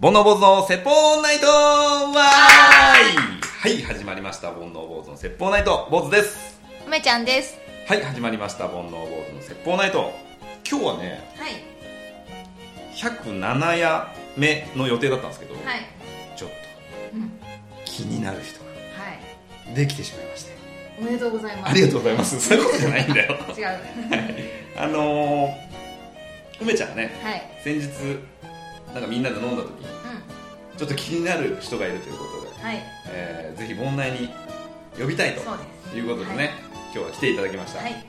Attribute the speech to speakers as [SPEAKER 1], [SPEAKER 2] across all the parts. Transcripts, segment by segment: [SPEAKER 1] 煩悩坊主の説法ナイトわーいはい、始まりました。煩悩坊主の説法ナイト、坊主です。
[SPEAKER 2] 梅ちゃんです
[SPEAKER 1] はい、始まりました。煩悩坊主の説法ナイト。今日はね、
[SPEAKER 2] はい
[SPEAKER 1] 107夜目の予定だったんですけど、
[SPEAKER 2] はい
[SPEAKER 1] ちょっと
[SPEAKER 2] うん
[SPEAKER 1] 気になる人が
[SPEAKER 2] はい
[SPEAKER 1] できてしまいまして。
[SPEAKER 2] おめでとうございます
[SPEAKER 1] ありがとうございます。そういうことじゃないんだ よ。
[SPEAKER 2] 違う
[SPEAKER 1] あのー、梅ちゃんがね、
[SPEAKER 2] はい
[SPEAKER 1] 先日、なんかみんなで飲んだ時に、
[SPEAKER 2] う
[SPEAKER 1] ちょっと気になる人がいるということで、
[SPEAKER 2] んはい
[SPEAKER 1] えーぜひ問題に呼びたいと
[SPEAKER 2] そう
[SPEAKER 1] いうことでね、
[SPEAKER 2] はい
[SPEAKER 1] 今日は来ていただきまし
[SPEAKER 2] です
[SPEAKER 1] た、
[SPEAKER 2] はい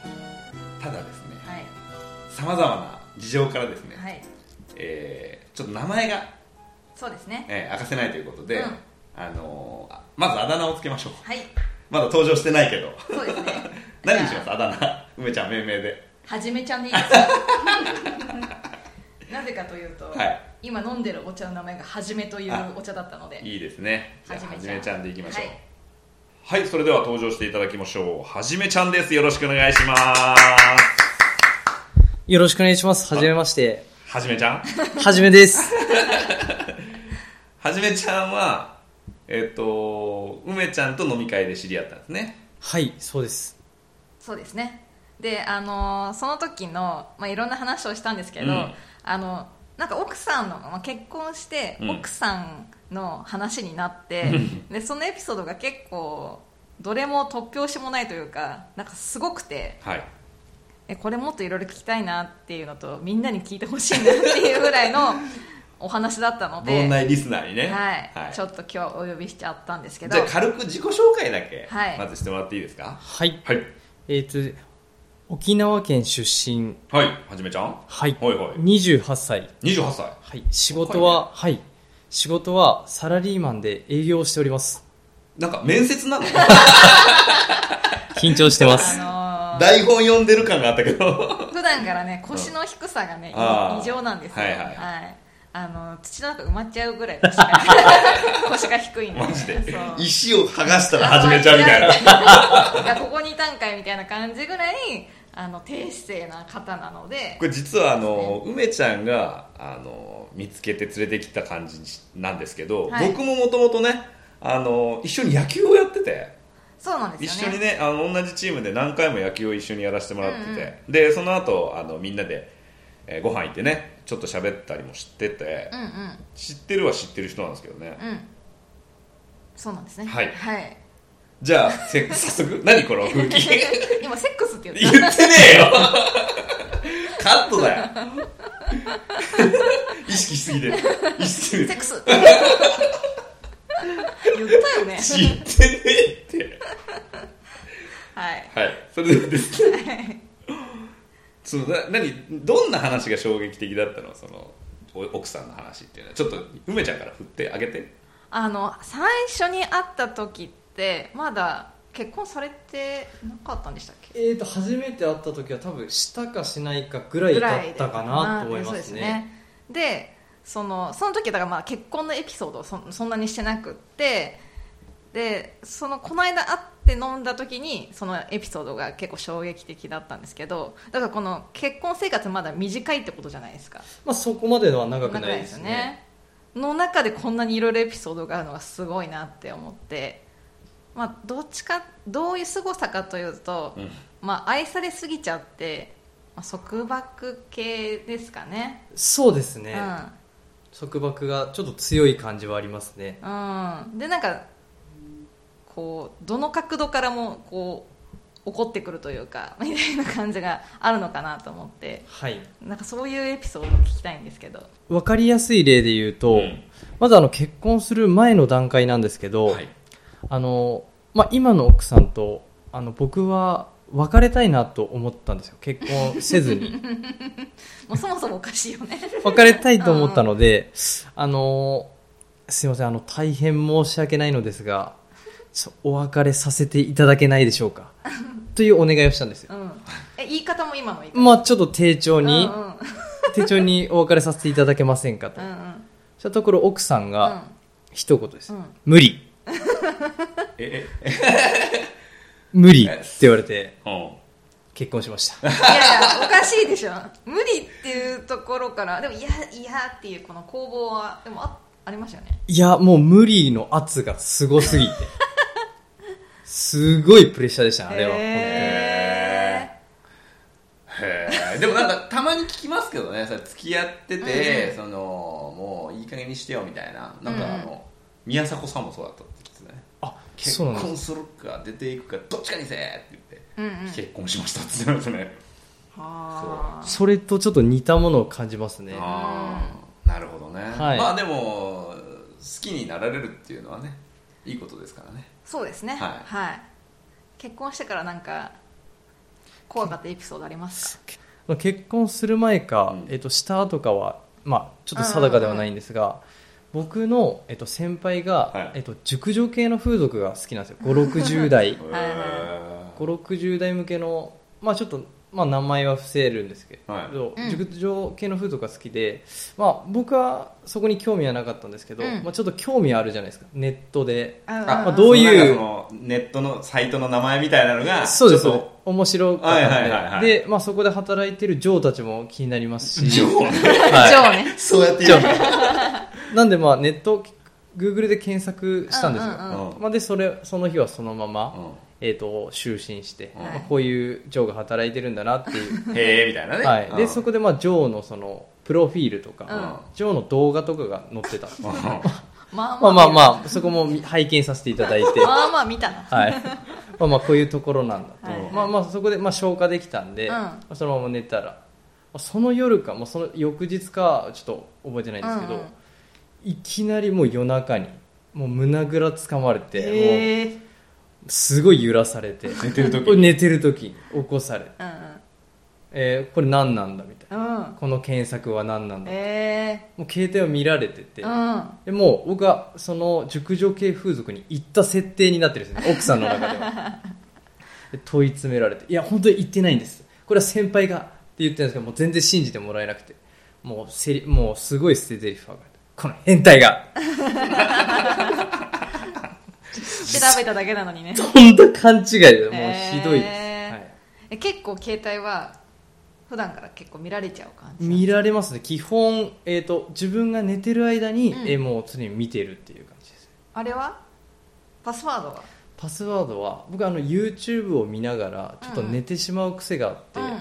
[SPEAKER 1] ただですね
[SPEAKER 2] はい
[SPEAKER 1] さまざまな事情からですね、
[SPEAKER 2] はい
[SPEAKER 1] えーちょっと名前が、
[SPEAKER 2] そうですね
[SPEAKER 1] えー明かせないということで、
[SPEAKER 2] うん
[SPEAKER 1] あのーあまずあだ名をつけましょう
[SPEAKER 2] はい
[SPEAKER 1] まだ登場してないけど
[SPEAKER 2] そうですね
[SPEAKER 1] 何にします
[SPEAKER 2] じゃ
[SPEAKER 1] あだ名梅ちゃん命名で
[SPEAKER 2] あはじめちゃんでい いですかなぜかというと、
[SPEAKER 1] はい
[SPEAKER 2] 今飲んでるお茶の名前がはじめというお茶だったので
[SPEAKER 1] いいですねじゃあは
[SPEAKER 2] は
[SPEAKER 1] じ
[SPEAKER 2] じ
[SPEAKER 1] め
[SPEAKER 2] め
[SPEAKER 1] ち
[SPEAKER 2] ち
[SPEAKER 1] ゃ
[SPEAKER 2] ゃん
[SPEAKER 1] んでいきましょう
[SPEAKER 2] はい
[SPEAKER 1] はい、それでは登場していただきましょうはじめちゃんですよろしくお願いします
[SPEAKER 3] よろしくお願いします。はじめまして。
[SPEAKER 1] はじめちゃん
[SPEAKER 3] はじめです。
[SPEAKER 1] はじめちゃんは、えっ、と、梅ちゃんと飲み会で知り合ったんですね。
[SPEAKER 3] はい、そうです。
[SPEAKER 2] そうですねであのーその時の、まあ、いろんな話をしたんですけど、
[SPEAKER 1] うん
[SPEAKER 2] あのなんか奥さんの、まあ、結婚して、
[SPEAKER 1] うん
[SPEAKER 2] 奥さんの話になってでそのエピソードが結構どれも突拍子もないというかなんかすごくて
[SPEAKER 1] はい。
[SPEAKER 2] えこれもっといろいろ聞きたいなっていうのとみんなに聞いてほしいなっていうぐらいのお話だったので
[SPEAKER 1] 問題リスナーにね。
[SPEAKER 2] はい
[SPEAKER 1] じ
[SPEAKER 2] ちょっと今日お呼びしちゃったんですけど
[SPEAKER 1] ゃあ軽く自己紹介だけ、
[SPEAKER 2] はい
[SPEAKER 1] まずしてもらっていいですか
[SPEAKER 3] はい。
[SPEAKER 1] はい。
[SPEAKER 3] えっ、と、沖縄県出身。
[SPEAKER 1] はい、はじめちゃん。は
[SPEAKER 3] はい。
[SPEAKER 1] いはい。
[SPEAKER 3] 28歳。
[SPEAKER 1] 28歳。
[SPEAKER 3] はい。仕事は、はい。仕事はサラリーマンで営業をしております。
[SPEAKER 1] なんか面接なの
[SPEAKER 3] 緊張してま
[SPEAKER 2] あ
[SPEAKER 3] す。
[SPEAKER 2] のー
[SPEAKER 1] 台本読んでる感があったけど。
[SPEAKER 2] 普段からね腰の低さがね、
[SPEAKER 1] あー
[SPEAKER 2] 異常なんですよ
[SPEAKER 1] はいはい
[SPEAKER 2] あの土の中埋まっちゃうぐらい 腰が腰が低いんで
[SPEAKER 1] マジで
[SPEAKER 2] そう。
[SPEAKER 1] 石を剥がしたらはじめちゃんみたいな。
[SPEAKER 2] いやここにいたんかいみたいな感じぐらいあの低姿勢な方なので
[SPEAKER 1] これ実はあの、梅ちゃんがあの見つけて連れてきた感じなんですけど、
[SPEAKER 2] はい
[SPEAKER 1] 僕ももともとねあの一緒に野球をやってて
[SPEAKER 2] そうなんで
[SPEAKER 1] 一
[SPEAKER 2] すよ
[SPEAKER 1] 緒
[SPEAKER 2] ね
[SPEAKER 1] にねあの同じチームで何回も野球を一緒にやらせてもらってて、でその後あのみんなで、えーご飯行ってねちょっと喋ったりもしてて、
[SPEAKER 2] うんうん
[SPEAKER 1] 知ってるは知ってる人なんですけどね、
[SPEAKER 2] うんそうなんですね
[SPEAKER 1] はい
[SPEAKER 2] はい、
[SPEAKER 1] じゃあ せ早速何この空気言
[SPEAKER 2] 今セックスって言
[SPEAKER 1] っ
[SPEAKER 2] ってて
[SPEAKER 1] ね
[SPEAKER 2] た
[SPEAKER 1] えよカット だよ意識しすぎてる意識しすぎてる
[SPEAKER 2] セックス 言ったよね
[SPEAKER 1] 知ってねえって
[SPEAKER 2] はい
[SPEAKER 1] はいそれでですねそのな何どんな話が衝撃的だったのそのお奥さんの話っていうのはちょっと梅ちゃんから振ってあげて
[SPEAKER 2] あの最初に会った時ってまだ結婚されてなかったんでしたっけ
[SPEAKER 3] えっ、と、初めて会った時は多分したかしないかぐらい
[SPEAKER 2] ぐ
[SPEAKER 3] だ
[SPEAKER 2] らい
[SPEAKER 3] ったかなと思いますね。
[SPEAKER 2] そうですねでそのその時だからまあ結婚のエピソードをそそんなにしてなくってでそのこの間会って飲んだ時にそのエピソードが結構衝撃的だったんですけどだからこの結婚生活まだ短いってことじゃないですか
[SPEAKER 3] まあそこまでは長くないですね。
[SPEAKER 2] の中でこんなにいろいろエピソードがあるのがすごいなって思って、まあ、どっちかどういうすごさかというと、
[SPEAKER 1] うん
[SPEAKER 2] まあ、愛されすぎちゃって、まあ、束縛系ですかね
[SPEAKER 3] そうですね。
[SPEAKER 2] うん
[SPEAKER 3] 束縛がちょっと強い感じはありますね。
[SPEAKER 2] うん、でなんかこうどの角度からもこう怒ってくるというか みたいな感じがあるのかなと思って
[SPEAKER 3] はい。
[SPEAKER 2] なんかそういうエピソードを聞きたいんですけど
[SPEAKER 3] わかりやすい例で言うと、
[SPEAKER 1] うん
[SPEAKER 3] まずあの結婚する前の段階なんですけど、
[SPEAKER 1] はい
[SPEAKER 3] あのまあ、今の奥さんとあの僕は別れたいなと思ったんですよ結婚せ ずに
[SPEAKER 2] もうそもそもおかしいよね
[SPEAKER 3] 別れたいと思ったので、あのすいませんあの大変申し訳ないのですがちょお別れさせていただけないでしょ うかというお願いをしたんですよ
[SPEAKER 2] う ん、え言い方も今の言い方
[SPEAKER 3] まあちょっと丁重に、
[SPEAKER 2] うんうん
[SPEAKER 3] 丁重にお別れさせていただけませんかと、
[SPEAKER 2] うん
[SPEAKER 3] したところ奥さん
[SPEAKER 2] うん
[SPEAKER 3] が一言です、
[SPEAKER 2] うん
[SPEAKER 3] 無理
[SPEAKER 1] ええ
[SPEAKER 3] 無理って言われて
[SPEAKER 1] うん
[SPEAKER 3] 結婚しました。
[SPEAKER 2] いやいやおかしいでしょ無理っていうところからでもいやいやっていうこの攻防はでもああありましたよね
[SPEAKER 3] いや、もう無理の圧がすごすぎて。すごいプレッシャーでしたね、あれは。
[SPEAKER 2] へ
[SPEAKER 1] へえでもなんかたまに聞きますけどねそれ付き合ってて、そのもういい加減にしてよみたいななんかあの、宮迫さんもそうだったって言ってたね
[SPEAKER 3] あ、
[SPEAKER 1] 結
[SPEAKER 3] そうなんで
[SPEAKER 1] 婚
[SPEAKER 3] す。
[SPEAKER 1] するか出ていくかどっちかにせーって言って、
[SPEAKER 2] うんうん
[SPEAKER 1] 結婚しましたって言ってましたね
[SPEAKER 2] はあ
[SPEAKER 3] それとちょっと似たものを感じますね。
[SPEAKER 1] ああなるほどね、
[SPEAKER 3] はい
[SPEAKER 1] まあでも好きになられるっていうのはねいいことですからね
[SPEAKER 2] そうですね
[SPEAKER 1] はい
[SPEAKER 2] はい結婚してからなんか怖かったエピソードありますか
[SPEAKER 3] 結婚する前か、
[SPEAKER 1] うん
[SPEAKER 3] えっとしたとかは、まあ、ちょっと定かではないんですが、僕の、えっと先輩が、
[SPEAKER 1] はい
[SPEAKER 3] えっと熟女系の風俗が好きなんですよ5 6 0代
[SPEAKER 2] はいはい
[SPEAKER 1] へ
[SPEAKER 3] 560代向けの、まあ、ちょっと、まあ、名前は伏せるんですけど、
[SPEAKER 1] はい
[SPEAKER 2] うん
[SPEAKER 3] 熟女系の風俗が好きで、まあ、僕はそこに興味はなかったんですけど、
[SPEAKER 2] うん
[SPEAKER 3] まあ、ちょっと興味あるじゃないですかネットで
[SPEAKER 2] あ
[SPEAKER 1] あ
[SPEAKER 3] まあどういう
[SPEAKER 1] そのなんかそのネットのサイトの名前みたいなのが
[SPEAKER 3] そうです
[SPEAKER 1] ちょっと
[SPEAKER 3] 面白かったので,、
[SPEAKER 1] はいはいはいはい
[SPEAKER 3] でまあ、そこで働いてるジョーたちも気になりますし
[SPEAKER 1] ジョーね
[SPEAKER 3] は
[SPEAKER 2] 以
[SPEAKER 3] い
[SPEAKER 2] 上ね
[SPEAKER 1] そうやって言うの
[SPEAKER 3] なんでまあネット Google で検索したんですよ、
[SPEAKER 2] うん
[SPEAKER 1] うんうん
[SPEAKER 3] まあ、でそれその日はそのまま、
[SPEAKER 1] うん
[SPEAKER 3] えー、と就寝して、
[SPEAKER 1] はい
[SPEAKER 3] まあこういうジョーが働いてるんだなっていう、
[SPEAKER 1] へえみたいなね、
[SPEAKER 3] はい、でそ
[SPEAKER 1] こ
[SPEAKER 3] こでまあジョーのそのプロフィールとか、
[SPEAKER 1] う
[SPEAKER 3] ジョーの動画とかが載ってたんですよ
[SPEAKER 2] まあ
[SPEAKER 3] まあまあ
[SPEAKER 2] まあ
[SPEAKER 3] まあそこも見拝見させていただいて、
[SPEAKER 2] 見た
[SPEAKER 3] は、
[SPEAKER 2] まあまあ見たない
[SPEAKER 3] まあまあこういうところなんだと、
[SPEAKER 2] はいはい
[SPEAKER 3] まあまあそこでまあ消化できたんで、
[SPEAKER 2] うん
[SPEAKER 3] まあそのまま寝たらまあその夜か、まあ、その翌日かちょっと覚えてないんですけど、
[SPEAKER 2] うんうん
[SPEAKER 3] いきなりもう夜中にもう胸ぐらつかまれても
[SPEAKER 2] へえ
[SPEAKER 3] うすごい揺らされて
[SPEAKER 1] 寝てる時
[SPEAKER 3] これ 寝てる時に起こされて、
[SPEAKER 2] うん
[SPEAKER 3] えーこれ何なんだみたいな
[SPEAKER 2] うんうん
[SPEAKER 3] この検索は何なんだ
[SPEAKER 2] え
[SPEAKER 3] もう携帯を見られて
[SPEAKER 2] え
[SPEAKER 3] て、
[SPEAKER 2] うん
[SPEAKER 3] でもう僕はその熟女系風俗に行った設定になってるんですね奥さんの中ではで問い詰められていや本当に行ってないんですこれは先輩がって言ってるんですけどもう全然信じてもらえなくてもうせりもうすごい捨て台詞がこの変態が
[SPEAKER 2] 調べただけなのにね
[SPEAKER 3] とんだ勘違いでもうひどいです、
[SPEAKER 2] へー
[SPEAKER 3] はい、
[SPEAKER 2] え結構携帯は普段から結構見られちゃう感じ
[SPEAKER 3] 見られますね基本、えー、と自分が寝てる間に、
[SPEAKER 2] うん
[SPEAKER 3] えーもう常に見てるっていう感じです
[SPEAKER 2] あれはパスワードは
[SPEAKER 3] パスワードは僕あの YouTube を見ながらちょっと寝てしまう癖があって、
[SPEAKER 2] うんうん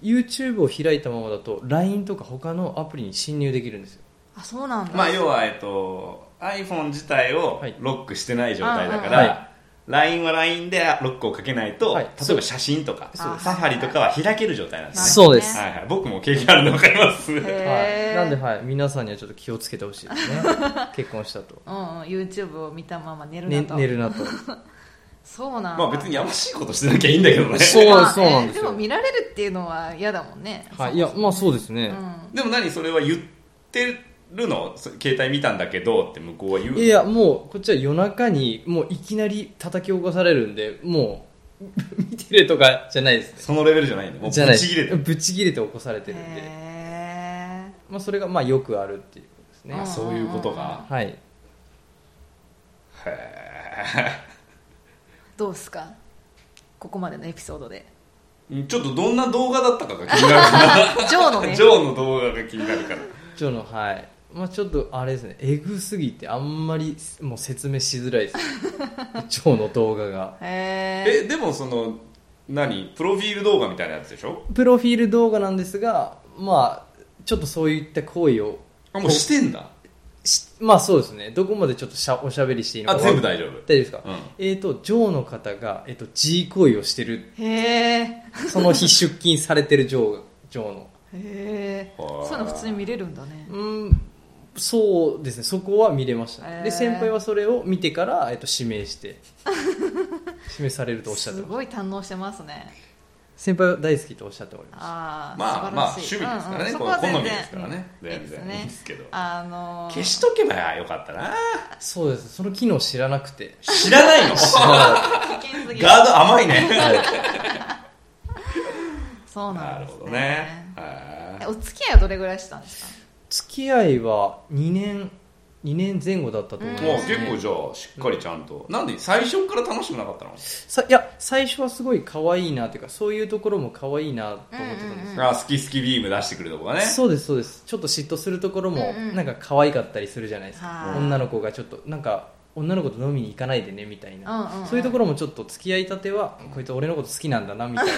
[SPEAKER 3] YouTube を開いたままだと LINE とか他のアプリに侵入できるんですよ
[SPEAKER 2] あそうなんだ、
[SPEAKER 1] まあ要は、えっと、iPhone 自体を
[SPEAKER 3] はい
[SPEAKER 1] ロックしてない状態だか
[SPEAKER 3] は
[SPEAKER 1] ら
[SPEAKER 3] い、
[SPEAKER 1] LINE は LINE でロックをかけないと、
[SPEAKER 3] はい
[SPEAKER 1] 例えば写真とか
[SPEAKER 2] そうです
[SPEAKER 1] サファリとかは開ける状態なんですね
[SPEAKER 3] そうです
[SPEAKER 1] はいはい、僕も経験あるの分かります
[SPEAKER 2] へ
[SPEAKER 3] はい
[SPEAKER 2] へー
[SPEAKER 3] なんで、はい、皆さんにはちょっと気をつけてほしいですね結婚したと
[SPEAKER 2] うんうん、YouTube を見たまま寝るな
[SPEAKER 3] ね
[SPEAKER 2] と、
[SPEAKER 3] 寝るなと
[SPEAKER 2] そうなんだ
[SPEAKER 1] まあ別にやましいことしてなきゃいいんだけどね
[SPEAKER 3] そう
[SPEAKER 2] まあ
[SPEAKER 3] そうなんですよ
[SPEAKER 2] えも見られるっていうのは嫌だもんね
[SPEAKER 3] はいいやまあそうですね
[SPEAKER 2] う、ん
[SPEAKER 1] でも何それは言ってるのそ携帯見たんだけどって向こうは言うの
[SPEAKER 3] いやもうこっちは夜中にもういきなり叩き起こされるんでもう見てるとかじゃないですね
[SPEAKER 1] そのレベルじゃないのもうぶ
[SPEAKER 3] じゃないで
[SPEAKER 1] ち
[SPEAKER 3] す
[SPEAKER 1] 切れてる
[SPEAKER 3] ぶち切れて起こされてるんで、
[SPEAKER 2] へ
[SPEAKER 3] まあ、それがまあよくあるっていうことですね、
[SPEAKER 1] あそういうことが
[SPEAKER 3] はい
[SPEAKER 1] へ
[SPEAKER 2] ーどうですかここまでのエピソードで
[SPEAKER 1] え ちょっとどんな動画だったかが気になる か
[SPEAKER 2] ジョーの
[SPEAKER 1] ら
[SPEAKER 2] ね
[SPEAKER 1] ジョーの動画が気になるから
[SPEAKER 3] ちょっとはいまあちょっとあれですねえぐすぎてあんまりもう説明しづらいですジ ョーの動画が
[SPEAKER 2] へー
[SPEAKER 1] えでもその何プロフィール動画みたいなやつでしょ
[SPEAKER 3] プロフィール動画なんですがまあちょっとそういった行為を
[SPEAKER 1] あもうしてんだ
[SPEAKER 3] しまあそうですねどこまでちょっとしゃおしゃべりしていいの
[SPEAKER 1] あ
[SPEAKER 3] か
[SPEAKER 1] 全部大丈夫
[SPEAKER 3] 大丈夫ですか、
[SPEAKER 1] うん
[SPEAKER 3] えっ、とジョーの方が、えー、と G 行為をしてる
[SPEAKER 2] へえ
[SPEAKER 3] その日出勤されてるジョーがジョーの
[SPEAKER 2] へえ
[SPEAKER 1] はあ
[SPEAKER 2] そういうの普通に見れるんだね
[SPEAKER 3] うんそうですねそこは見れました、ね
[SPEAKER 2] へー
[SPEAKER 3] で先輩はそれを見てから、えっと指名して 指名されるとおっしゃって
[SPEAKER 2] す
[SPEAKER 3] ました
[SPEAKER 2] ごい堪能してますね
[SPEAKER 3] 先輩は大好きとおっしゃっておりました
[SPEAKER 2] ああ
[SPEAKER 1] まあまあ趣
[SPEAKER 2] 素
[SPEAKER 1] 味で
[SPEAKER 2] 晴ら
[SPEAKER 1] すからね、
[SPEAKER 2] しいうんうんそ
[SPEAKER 1] こ
[SPEAKER 2] こ
[SPEAKER 1] の
[SPEAKER 2] は全然
[SPEAKER 1] 好みですからね
[SPEAKER 2] うん
[SPEAKER 1] 全然いい
[SPEAKER 2] いい
[SPEAKER 1] で
[SPEAKER 2] ですす
[SPEAKER 1] け
[SPEAKER 2] ね
[SPEAKER 1] ど
[SPEAKER 2] あのー
[SPEAKER 1] 消しとけばよかったな
[SPEAKER 3] そうですその機能知らなくて
[SPEAKER 1] 知らない の
[SPEAKER 3] 知らなかっ
[SPEAKER 2] 危険すぎる
[SPEAKER 1] ガード甘いね
[SPEAKER 2] そう
[SPEAKER 1] な
[SPEAKER 2] な
[SPEAKER 1] る
[SPEAKER 2] んです
[SPEAKER 1] ほどね
[SPEAKER 2] え
[SPEAKER 1] は
[SPEAKER 2] お付き合いはどれぐらいしたんですか
[SPEAKER 3] た付き合いは2年2年前後だったと思いま
[SPEAKER 1] あ
[SPEAKER 3] す、
[SPEAKER 2] うん
[SPEAKER 1] 結
[SPEAKER 3] ね
[SPEAKER 1] 構じゃあしっかりちゃんと、なんで最初から楽しくなかったの、
[SPEAKER 3] さいや最初はすごい可愛いなというかそういうところも可愛いなと思ってたんですけど、
[SPEAKER 2] うん
[SPEAKER 1] あ好き好きビーム出してくるとこがね
[SPEAKER 3] そうですそうですちょっと嫉妬するところも
[SPEAKER 2] うんうん
[SPEAKER 3] なんか可愛かったりするじゃないですか、
[SPEAKER 2] はい
[SPEAKER 3] 女の子がちょっとなんか女の子と飲みに行かないでねみたいな、
[SPEAKER 2] うんうんうん
[SPEAKER 3] そういうところもちょっと付き合いたてはこいつ俺のこと好きなんだな みたいな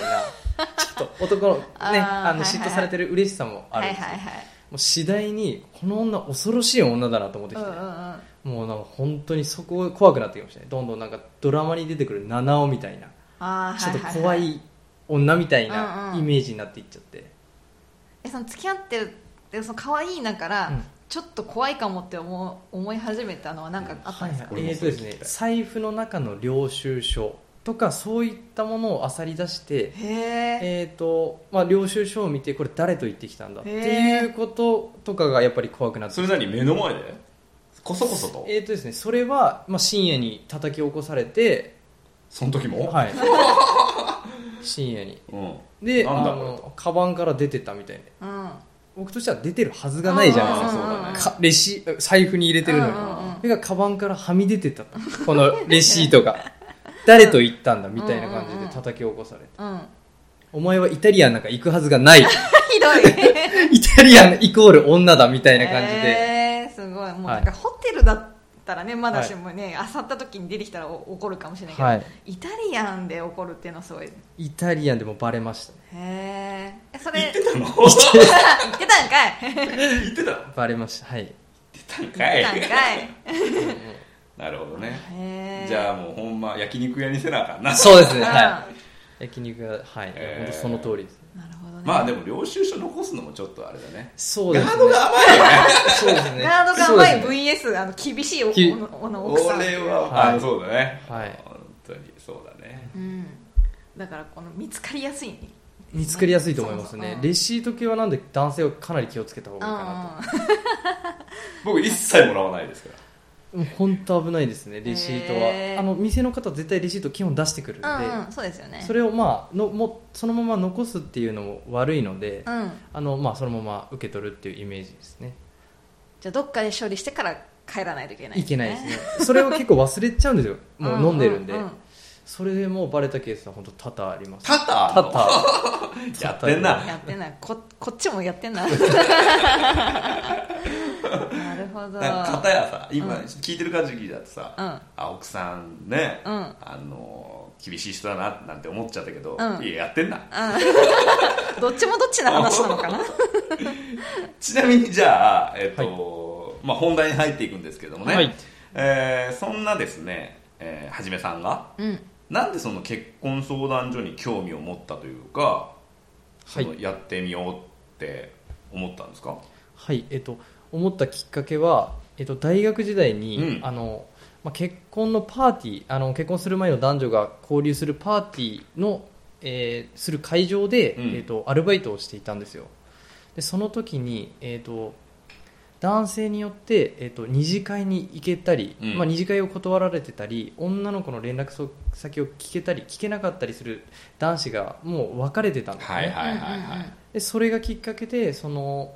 [SPEAKER 3] ちょっと男のね
[SPEAKER 2] あー
[SPEAKER 3] あ
[SPEAKER 2] はいはい
[SPEAKER 3] の嫉妬されてる嬉しさもあ
[SPEAKER 2] は
[SPEAKER 3] るん
[SPEAKER 2] い
[SPEAKER 3] ですよ、
[SPEAKER 2] はい
[SPEAKER 3] もう次第にこの女恐ろしい女だなと思ってきて、
[SPEAKER 2] はい
[SPEAKER 3] もうなんか本当にそこが怖くなってきましたねどんどんなんかドラマに出てくる七尾みたいなちょっと怖い女みたい
[SPEAKER 2] うん
[SPEAKER 3] な
[SPEAKER 2] うん
[SPEAKER 3] イメージになっていっちゃって、
[SPEAKER 2] えその付き合ってるでその可愛いなから、
[SPEAKER 3] うん
[SPEAKER 2] ちょっと怖いかもって思う思い始めたのは何かあったんですか、
[SPEAKER 1] はいはい
[SPEAKER 3] えーとですね、財布の中の領収書とかそういったものを漁り出して、
[SPEAKER 2] へえ
[SPEAKER 3] えーとまあ、領収書を見てこれ誰と言ってきたんだって
[SPEAKER 2] へー
[SPEAKER 3] いうこととかがやっぱり怖くなって
[SPEAKER 1] それなりに目の前でこそこそと
[SPEAKER 3] えーとですね、それは、まあ、深夜に叩き起こされて、
[SPEAKER 1] その時も、
[SPEAKER 3] はい、 深夜に
[SPEAKER 1] うん、
[SPEAKER 3] で
[SPEAKER 1] なんだ
[SPEAKER 3] あ
[SPEAKER 1] これ
[SPEAKER 3] のカバンから出てたみたいな
[SPEAKER 2] うんあ
[SPEAKER 3] 僕としては出てるはずがないじゃないですか
[SPEAKER 1] うんうんうんうん
[SPEAKER 3] かレシ財布に入れてるのに、
[SPEAKER 2] うんうんうん
[SPEAKER 3] それがカバンからはみ出てたこのレシートが 誰と行ったんだみたいな感
[SPEAKER 2] うん
[SPEAKER 3] じ
[SPEAKER 2] うんう
[SPEAKER 3] で
[SPEAKER 2] ん
[SPEAKER 3] 叩き起こされて、
[SPEAKER 2] うん
[SPEAKER 3] お前はイタリアンなんか行くはず がない
[SPEAKER 2] ひどい
[SPEAKER 3] イタリアンイコール女だみたいな感じで、
[SPEAKER 2] へえすごいもう
[SPEAKER 3] は
[SPEAKER 2] な
[SPEAKER 3] い
[SPEAKER 2] んかホテルだったらねまだしもね、あさった時に出てきたらお怒るかもしれないけど、
[SPEAKER 3] はい
[SPEAKER 2] イタリアンで怒るっていうのはすごいへ
[SPEAKER 3] イタリアンでもバレましたね
[SPEAKER 2] ええ それ
[SPEAKER 1] 言
[SPEAKER 2] 言
[SPEAKER 1] っ
[SPEAKER 2] ってて
[SPEAKER 1] たの
[SPEAKER 2] たんかい言って
[SPEAKER 1] 言ってたの
[SPEAKER 3] バレましたはい
[SPEAKER 1] 言ってたんかい
[SPEAKER 2] たんかい
[SPEAKER 1] なるほどね、
[SPEAKER 2] へえ
[SPEAKER 1] じゃあもうほんま焼肉屋にせなあかんな
[SPEAKER 3] そうですね
[SPEAKER 2] うん
[SPEAKER 3] はい焼肉がはい、
[SPEAKER 1] えー
[SPEAKER 3] 本当その通りです
[SPEAKER 2] なるほどね
[SPEAKER 1] まあでも領収書残すのもちょっとあれだね
[SPEAKER 3] そう
[SPEAKER 1] ガ
[SPEAKER 3] ですね
[SPEAKER 1] ードが甘いよね
[SPEAKER 3] そうですね
[SPEAKER 2] ガードが甘い
[SPEAKER 3] そうで
[SPEAKER 2] VS あの厳しいお
[SPEAKER 3] き
[SPEAKER 2] おの奥さん
[SPEAKER 1] 俺は、
[SPEAKER 3] はい
[SPEAKER 1] あのそうだね、
[SPEAKER 3] はい
[SPEAKER 1] 本当にそうだね
[SPEAKER 2] うんだからこの見つかりやすいね
[SPEAKER 3] すね見つかりやすいと思います
[SPEAKER 2] そ
[SPEAKER 3] ね
[SPEAKER 2] うそううん
[SPEAKER 3] レシート系はなんで男性はかなり気をつけた方がいいかなと
[SPEAKER 2] う
[SPEAKER 1] 僕一切もらわないですから
[SPEAKER 3] もう本当危ないですねレシートは、
[SPEAKER 2] へー
[SPEAKER 3] あの店の方は絶対レシート基本出してくるんで、
[SPEAKER 2] んうんうんそうですよね
[SPEAKER 3] それをまあのもうそのまま残すっていうのも悪いので、
[SPEAKER 2] うん
[SPEAKER 3] あのまあ、そのまま受け取るっていうイメージですね
[SPEAKER 2] じゃあどっかで処理してから帰らないといけない
[SPEAKER 3] いけないですねそれを結構忘れちゃうんですよもう飲んでるんで、
[SPEAKER 2] う
[SPEAKER 3] それでもうバレたケースは本当多々あります
[SPEAKER 1] タタ
[SPEAKER 3] 多々
[SPEAKER 1] やってんな
[SPEAKER 2] やってんなここっちもやって んななるほど
[SPEAKER 1] なんか片やさ今
[SPEAKER 2] うん
[SPEAKER 1] 聞いてる感じ聞いちゃってさ、
[SPEAKER 2] うん
[SPEAKER 1] あ奥さんね、
[SPEAKER 2] うん
[SPEAKER 1] あの厳しい人だななんて思っちゃったけど、
[SPEAKER 2] うん
[SPEAKER 1] いややってんな
[SPEAKER 2] うん どっちもどっちの話なのかな
[SPEAKER 1] ちなみにじゃあ、えっとまあ、本題に入っていくんですけどもね、
[SPEAKER 3] はい
[SPEAKER 1] えーそんなですね、えーはじめさんが
[SPEAKER 2] うん
[SPEAKER 1] なんでその結婚相談所に興味を持ったというか、その
[SPEAKER 3] は
[SPEAKER 1] やってみようって思ったんですか
[SPEAKER 3] はいえっと思ったきっかけは、えっと、大学時代に、
[SPEAKER 1] うん
[SPEAKER 3] あのまあ、結婚のパーティーあの結婚する前の男女が交流するパーティーの、えーする会場で、
[SPEAKER 1] うん
[SPEAKER 3] えっと、アルバイトをしていたんですよでその時に、えっと、男性によって、えっと、二次会に行けたり、
[SPEAKER 1] うん
[SPEAKER 3] まあ、二次会を断られてたり女の子の連絡先を聞けたり聞けなかったりする男子がもう別れてたんですね、
[SPEAKER 1] はいはいはいは
[SPEAKER 3] でそれがきっかけでその、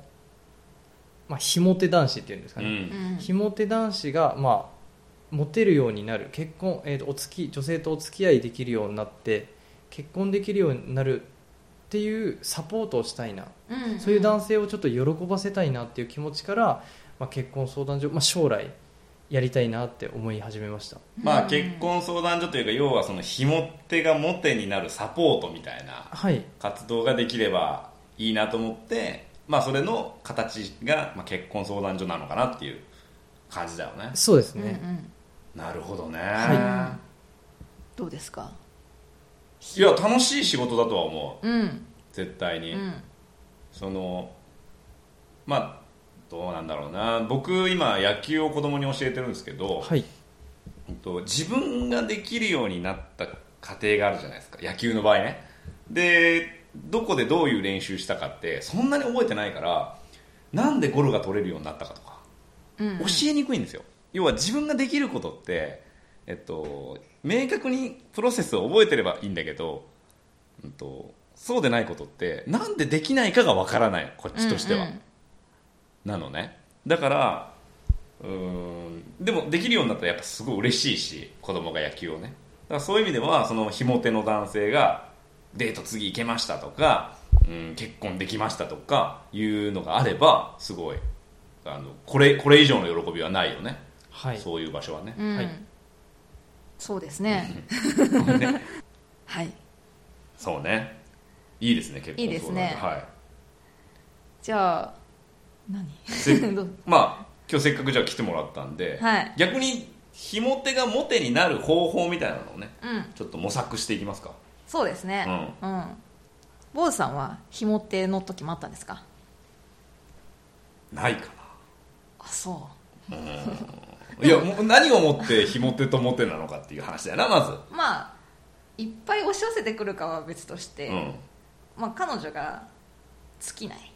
[SPEAKER 3] まあ、ひも手男子っていうんですか
[SPEAKER 1] い、う
[SPEAKER 3] ね、
[SPEAKER 2] うんうん
[SPEAKER 1] ん
[SPEAKER 2] うん
[SPEAKER 3] ひも手男子が、まあ、モテるようになる結婚、えー、とお付き女性とお付き合いできるようになって結婚できるようになるっていうサポートをしたいな
[SPEAKER 2] うんうん
[SPEAKER 3] そういう男性をちょっと喜ばせたいなっていう気持ちから、まあ、結婚相談所、まあ、将来やりたいなって思い始めました
[SPEAKER 1] まあ結婚相談所というか要はそのひも手がモテになるサポートみたいな
[SPEAKER 3] はい
[SPEAKER 1] 活動ができればいいなと思って、まあ、それの形が、まあ、結婚相談所なのかなっていう感じだよね
[SPEAKER 3] そうです
[SPEAKER 2] うんう
[SPEAKER 3] ね、
[SPEAKER 2] ん
[SPEAKER 1] なるほどね、
[SPEAKER 3] は
[SPEAKER 2] どうですか
[SPEAKER 1] い、や楽しい仕事だとは思う
[SPEAKER 2] うん
[SPEAKER 1] 絶対に、
[SPEAKER 2] うん
[SPEAKER 1] そのまあどうなんだろうな僕今野球を子供に教えてるんですけど、
[SPEAKER 3] はい
[SPEAKER 1] うんと自分ができるようになった過程があるじゃないですか野球の場合ねでどこでどういう練習したかってそんなに覚えてないからなんでゴロが取れるようになったかとか
[SPEAKER 2] うん
[SPEAKER 1] 教えにくいんですよ要は自分ができることって、えっと、明確にプロセスを覚えてればいいんだけど、うん、とそうでないことってなんでできないかがわからないこっちとしては、
[SPEAKER 2] うんうん
[SPEAKER 1] なのねだからうーんでもできるようになったらやっぱすごい嬉しいし子供が野球をねだからそういう意味ではそのひも手の男性がデート次行けましたとか、うん、結婚できましたとかいうのがあればすごいあのこれこれ以上の喜びはないよね、
[SPEAKER 3] はい
[SPEAKER 1] そういう場所は ね、
[SPEAKER 2] うん
[SPEAKER 3] はい
[SPEAKER 2] そうですね
[SPEAKER 1] ね
[SPEAKER 2] はい
[SPEAKER 1] そうねいいですね結婚
[SPEAKER 2] いいですね
[SPEAKER 1] 相談はい
[SPEAKER 2] じゃあ何
[SPEAKER 1] せ
[SPEAKER 2] どう
[SPEAKER 1] まあ今日せっかくじゃあ来てもらったんで、
[SPEAKER 2] はい
[SPEAKER 1] 逆にひも手がモテになる方法みたいなのをね
[SPEAKER 2] うん
[SPEAKER 1] ちょっと模索していきますか
[SPEAKER 2] そうですねうん、坊主さんは紐っての時もあったんですか
[SPEAKER 1] ないか
[SPEAKER 2] あそ
[SPEAKER 1] ないやもう何をもってひも手とモテなのかっていう話だよなまず
[SPEAKER 2] うまあいっぱい押し寄せてくるかは別として、
[SPEAKER 1] うん、
[SPEAKER 2] まあ、彼女が尽きない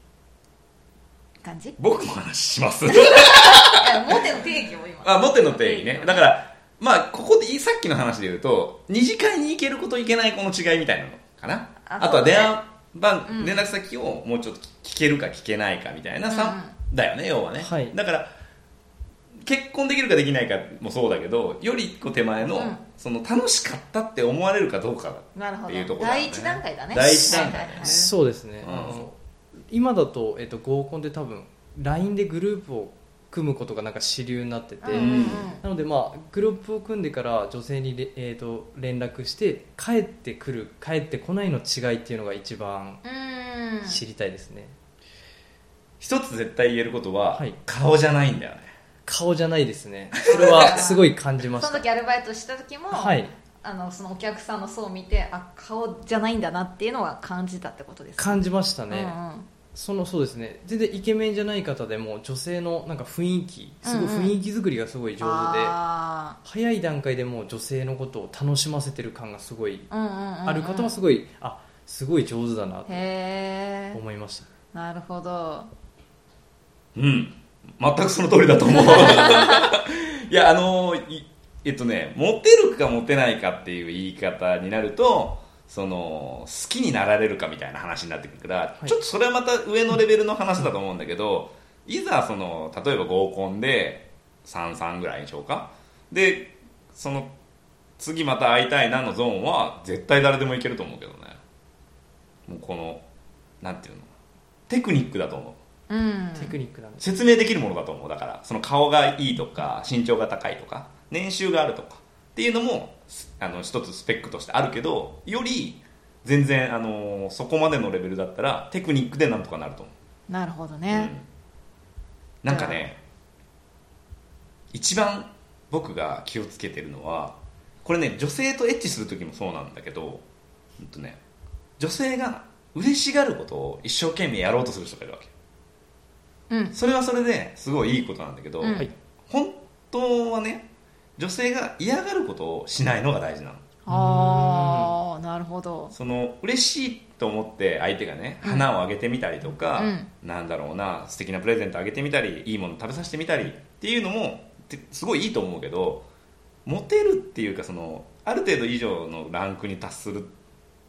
[SPEAKER 2] 感じ
[SPEAKER 1] 僕も話します
[SPEAKER 2] あモテの定義を今
[SPEAKER 1] あモテの定義ねだからまあここでさっきの話で言うと二次会に行ける子と行けない子の違いみたいなのかなあ,、
[SPEAKER 2] あ
[SPEAKER 1] とは
[SPEAKER 2] そうね
[SPEAKER 1] 電話番、
[SPEAKER 2] うん
[SPEAKER 1] 連絡先をもうちょっと聞けるか聞けないかみたいなさ、
[SPEAKER 2] う
[SPEAKER 1] だよね要はね、
[SPEAKER 3] はい
[SPEAKER 1] だから結婚できるかできないかもそうだけどより一個手前の,、
[SPEAKER 2] うん
[SPEAKER 1] その楽しかったって思われるかどうか
[SPEAKER 2] なるほ
[SPEAKER 1] っ
[SPEAKER 2] ど、
[SPEAKER 1] ていうところだよね
[SPEAKER 2] 第一段階だね
[SPEAKER 1] 第一段階だね
[SPEAKER 2] はいはいはい
[SPEAKER 3] そうですね、
[SPEAKER 1] うん
[SPEAKER 3] あの今だと、えっと、合コンで多分 LINE でグループを組むことがなんか主流になってて、
[SPEAKER 2] うんうんうん
[SPEAKER 3] なので、まあ、グループを組んでから女性にれ、えー、と連絡して帰ってくる帰ってこないの違いっていうのが一番
[SPEAKER 2] うん
[SPEAKER 3] 知りたいですね、
[SPEAKER 1] 一つ絶対言えることは、
[SPEAKER 3] はい
[SPEAKER 1] 顔じゃないんだよね
[SPEAKER 3] 顔じゃないですねそれはすごい感じまし
[SPEAKER 2] その
[SPEAKER 3] た
[SPEAKER 2] 時アルバイトした時も、
[SPEAKER 3] はい
[SPEAKER 2] あのそのお客さんの層を見てあ顔じゃないんだなっていうのは感じたってことですか
[SPEAKER 3] 感じました
[SPEAKER 2] う
[SPEAKER 3] ね、
[SPEAKER 2] んうん
[SPEAKER 3] そのそうですね全然イケメンじゃない方でも女性のなんか雰囲気すごい
[SPEAKER 2] うんうん
[SPEAKER 3] 雰囲気作りがすごい上手で、
[SPEAKER 2] あ
[SPEAKER 3] 早い段階でもう女性のことを楽しませてる感がすごい
[SPEAKER 2] ーうんうんうんうん
[SPEAKER 3] ある方はすごい、あすごい上手だなと
[SPEAKER 2] へえ
[SPEAKER 3] 思いました
[SPEAKER 2] なるほど
[SPEAKER 1] うん全くその通りだと思ういやあのいえっとねモテるかモテないかっていう言い方になるとその好きになられるかみたいな話になってくるから、
[SPEAKER 3] い
[SPEAKER 1] ちょっとそれはまた上のレベルの話だと思うんだけどいざその例えば合コンで33ぐらいにしようかでその次また会いたいなのゾーンは絶対誰でもいけると思うけどねもうこのなんていうのテクニックだと思う
[SPEAKER 2] うん
[SPEAKER 3] テクニックなんです、
[SPEAKER 1] 説明できるものだと思うだからその顔がいいとか身長が高いとか年収があるとかっていうのもすあの一つスペックとしてあるけどより全然あのそこまでのレベルだったらテクニックでなんとかなると思
[SPEAKER 2] なるほど
[SPEAKER 1] う、うん
[SPEAKER 2] ね、
[SPEAKER 1] なんかね一番僕が気をつけてるのはこれね女性とエッチする時もそうなんだけど、うんとね、女性が嬉しがることを一生懸命やろうとする人がいるわけ
[SPEAKER 2] うん
[SPEAKER 1] それはそれですごいいいことなんだけど、
[SPEAKER 2] うん
[SPEAKER 3] はい
[SPEAKER 1] 本当はね女性が嫌がることをしないのが大事なの
[SPEAKER 2] ああなるほど
[SPEAKER 1] その嬉しいと思って相手がね
[SPEAKER 2] うん
[SPEAKER 1] 花をあげてみたりとか、
[SPEAKER 2] うん
[SPEAKER 1] なんだろうな素敵なプレゼントあげてみたりいいもの食べさせてみたりっていうのもてすごいいいと思うけどモテるっていうかそのある程度以上のランクに達する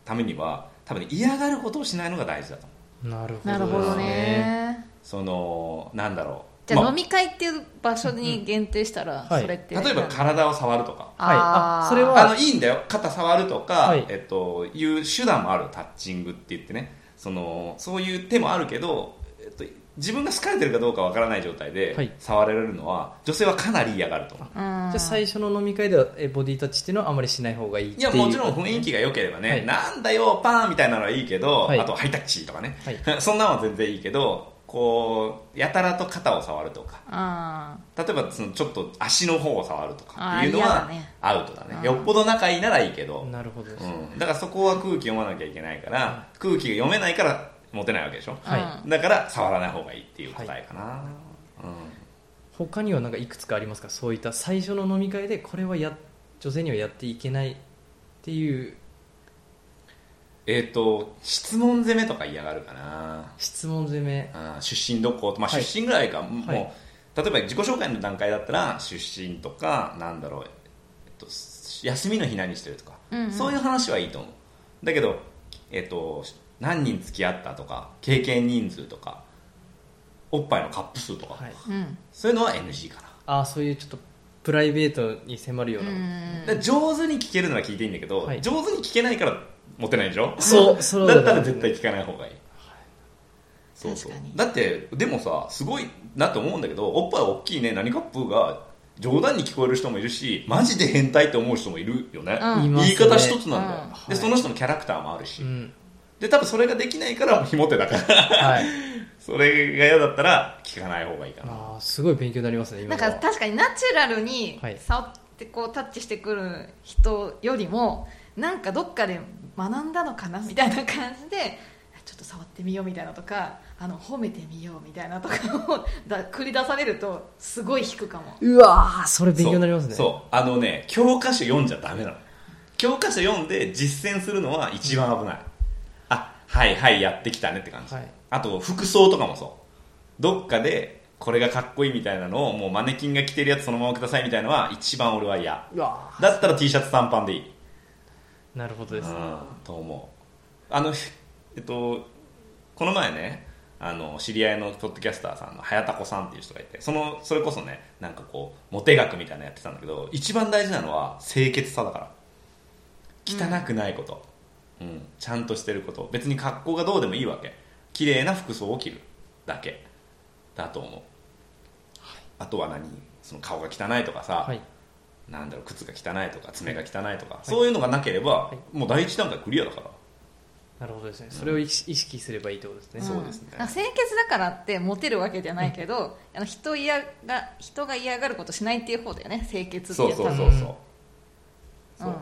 [SPEAKER 1] ためには多分ね嫌がることをしないのが大事だと思う
[SPEAKER 3] なるほど
[SPEAKER 2] なるほどね
[SPEAKER 1] そのなんだろう
[SPEAKER 2] じゃあ
[SPEAKER 1] ま
[SPEAKER 2] 飲み会っていう場所に限定したら
[SPEAKER 3] うん
[SPEAKER 2] それって
[SPEAKER 1] 例えば体を触るとか
[SPEAKER 3] はいあ
[SPEAKER 2] ー
[SPEAKER 3] それは
[SPEAKER 1] あのいいんだよ肩触るとか、
[SPEAKER 3] はい
[SPEAKER 1] えっと、いう手段もあるタッチングって言ってねそのそういう手もあるけど、えっと、自分が好かれてるかどうかわからない状態で
[SPEAKER 3] はい
[SPEAKER 1] 触られるのは女性はかなり嫌がると思う
[SPEAKER 2] うん
[SPEAKER 3] じゃあ最初の飲み会ではえボディタッチっていうのはあまりしない方がいいっ
[SPEAKER 1] い
[SPEAKER 3] てい
[SPEAKER 1] や
[SPEAKER 3] う
[SPEAKER 1] もちろん雰囲気が良ければね、
[SPEAKER 3] はい
[SPEAKER 1] なんだよパーンみたいなのはいいけど、
[SPEAKER 3] はい
[SPEAKER 1] あとハイタッチとかね、
[SPEAKER 3] はい
[SPEAKER 1] そんなのは全然いいけどこうやたらと肩を触るとか
[SPEAKER 2] あ
[SPEAKER 1] 例えばそのちょっと足の方を触るとかっていうの
[SPEAKER 2] あー
[SPEAKER 1] は
[SPEAKER 2] 嫌だね
[SPEAKER 1] アウトだね
[SPEAKER 2] うん
[SPEAKER 1] よっぽど仲いいならいいけど、
[SPEAKER 3] なるほどです、
[SPEAKER 1] うん、だからそこは空気読まなきゃいけないから空気が読めないからモテないわけでしょ、
[SPEAKER 2] ー
[SPEAKER 3] はい
[SPEAKER 2] うん
[SPEAKER 1] だから触らない方がいいっていう答えかな、うん
[SPEAKER 3] 他にはなんかいくつかありますかそういった最初の飲み会でこれはや女性にはやっていけないっていう
[SPEAKER 1] えっ、と質問攻めとか嫌がるかな
[SPEAKER 3] 質問攻め
[SPEAKER 1] あー出身どこ、まあ、
[SPEAKER 3] はい
[SPEAKER 1] 出身ぐらいか、もう
[SPEAKER 3] はい
[SPEAKER 1] 例えば自己紹介の段階だったら出身とかなんだろう、えっと、休みの日何してるとか、
[SPEAKER 2] うんうん
[SPEAKER 1] そういう話はいいと思うだけど、えっと何人付き合ったとか経験人数とかおっぱいのカップ数とか、
[SPEAKER 3] はい
[SPEAKER 2] うん
[SPEAKER 1] そういうのは NG かな
[SPEAKER 3] ああそういうちょっとプライベートに迫るような、
[SPEAKER 1] だから上手に聞けるのは聞いていいんだけど、
[SPEAKER 3] はい
[SPEAKER 1] 上手に聞けないからモテないでしょ
[SPEAKER 3] そう そう
[SPEAKER 1] だったら絶対聞かない方がいい、そうそう
[SPEAKER 2] 確かに
[SPEAKER 1] だってでもさすごいなと思うんだけどおっぱい大きいね何カップが冗談に聞こえる人もいるしマジで変態って思う人もいるよね、
[SPEAKER 2] うん
[SPEAKER 3] います
[SPEAKER 1] 言
[SPEAKER 3] ね
[SPEAKER 1] い方一つなんだよ、
[SPEAKER 2] うん
[SPEAKER 1] で
[SPEAKER 3] はい
[SPEAKER 1] その人のキャラクターもあるし、
[SPEAKER 3] うん
[SPEAKER 1] で多分それができないから非モテだから
[SPEAKER 3] はい
[SPEAKER 1] それが嫌だったら聞かない方がいいかな
[SPEAKER 3] ああすごい勉強になりますね
[SPEAKER 2] な
[SPEAKER 3] 今
[SPEAKER 2] ん
[SPEAKER 3] のは
[SPEAKER 2] か確かにナチュラルに
[SPEAKER 3] はい
[SPEAKER 2] 触ってこうタッチしてくる人よりもなんかどっかで学んだのかなみたいな感じでちょっと触ってみようみたいなとかあの褒めてみようみたいなとかをだ繰り出されるとすごい引くかも
[SPEAKER 3] うわーそれ勉強になりますね
[SPEAKER 1] そうそうあのね教科書読んじゃダメなの教科書読んで実践するのは一番危ない、あはいはいやってきたねって感じ、
[SPEAKER 3] はい
[SPEAKER 1] あと服装とかもそうどっかでこれがかっこいいみたいなのをもうマネキンが着てるやつそのままくださいみたいなのは一番俺は嫌
[SPEAKER 3] うわ
[SPEAKER 1] だったら T シャツ短パンでいい
[SPEAKER 3] ーなるほどです、
[SPEAKER 1] うん、と思うあのえっとこの前ねあの知り合いのポッドキャスターさんの早田子さんっていう人がいてそのそれこそねなんかこうモテ学みたいなのやってたんだけど一番大事なのは清潔さだから汚くないこと、うんちゃんとしてること別に格好がどうでもいいわけ綺麗な服装を着るだけだと思う、あとは何その顔が汚いとかさ、
[SPEAKER 3] はい
[SPEAKER 1] なんだろう靴が汚いとか爪が汚いとか、そういうのがなければ、
[SPEAKER 3] い
[SPEAKER 1] もう第一段階クリアだから
[SPEAKER 3] なるほどですねそれを意識意識すればいいってことですね、
[SPEAKER 1] そうですね
[SPEAKER 2] んなんか清潔だからってモテるわけじゃないけど、あの人嫌が人が嫌がることしないっていう方だよね清潔って
[SPEAKER 1] そ
[SPEAKER 2] いうう
[SPEAKER 1] そう
[SPEAKER 2] 多
[SPEAKER 1] そ
[SPEAKER 2] 分
[SPEAKER 1] うそうそううん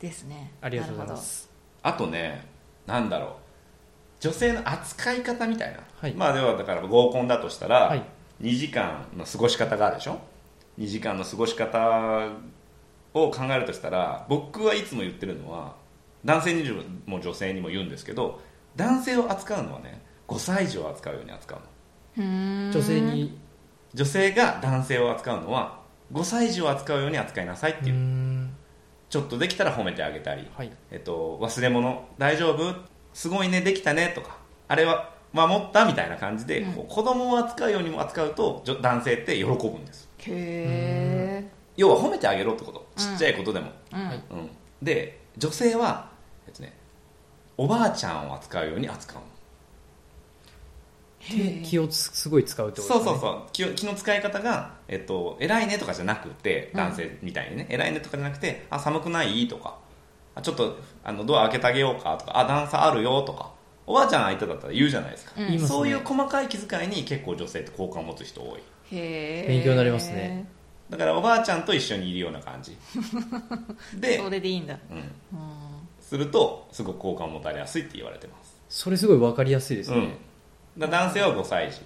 [SPEAKER 2] ですね
[SPEAKER 3] ありがとうございます
[SPEAKER 1] あとねなんだろう女性の扱い方みたいな、
[SPEAKER 3] はい
[SPEAKER 1] まあではだから合コンだとしたら、
[SPEAKER 3] はい
[SPEAKER 1] 2時間の過ごし方があるでしょ2時間の過ごし方を考えるとしたら僕はいつも言ってるのは男性にも女性にも言うんですけど男性を扱うのはね5歳児を扱うように扱うの
[SPEAKER 3] 女
[SPEAKER 2] 女
[SPEAKER 3] 性に
[SPEAKER 1] 女性が男性を扱うのは5歳児を扱うように扱いなさいって
[SPEAKER 3] う
[SPEAKER 1] いう、
[SPEAKER 3] ん
[SPEAKER 1] ちょっとできたら褒めてあげたり、
[SPEAKER 3] はい
[SPEAKER 1] えっと、忘れ物大丈夫すごいねできたねとかあれは守ったみたいな感じで、
[SPEAKER 2] うん
[SPEAKER 1] こう子供を扱うようにも扱うと女男性って喜ぶんです
[SPEAKER 2] へ
[SPEAKER 1] 要は褒めてあげろってこと
[SPEAKER 2] うん
[SPEAKER 1] ちっちゃいことでも、
[SPEAKER 2] え、うん
[SPEAKER 3] はい
[SPEAKER 1] うんで女性は、えっとね、おばあちゃんを扱うように扱うの
[SPEAKER 3] 手気をつすごい使うってこと
[SPEAKER 1] そ
[SPEAKER 3] で
[SPEAKER 1] う
[SPEAKER 3] すね
[SPEAKER 1] そうそう気を気の使い方が、えっと、偉いねとかじゃなくて
[SPEAKER 2] うん
[SPEAKER 1] 男性みたいにね、偉いねとかじゃなくてあ寒くないとかあちょっとあのドア開けてあげようかとかあ段差あるよとかおばあちゃん相手だったら言うじゃないですか、
[SPEAKER 2] うん言います
[SPEAKER 3] ね
[SPEAKER 1] そういう細かい気遣いに結構女性って好感を持つ人多い
[SPEAKER 2] へえ
[SPEAKER 3] 勉強になりますね
[SPEAKER 1] だからおばあちゃんと一緒にいるような感じで、
[SPEAKER 2] それでいいんだ、
[SPEAKER 1] うん、
[SPEAKER 2] うん
[SPEAKER 1] するとすごく好感を持たれやすいって言われてます
[SPEAKER 3] それすごい分かりやすいですね、
[SPEAKER 1] うん、だから男性は5歳児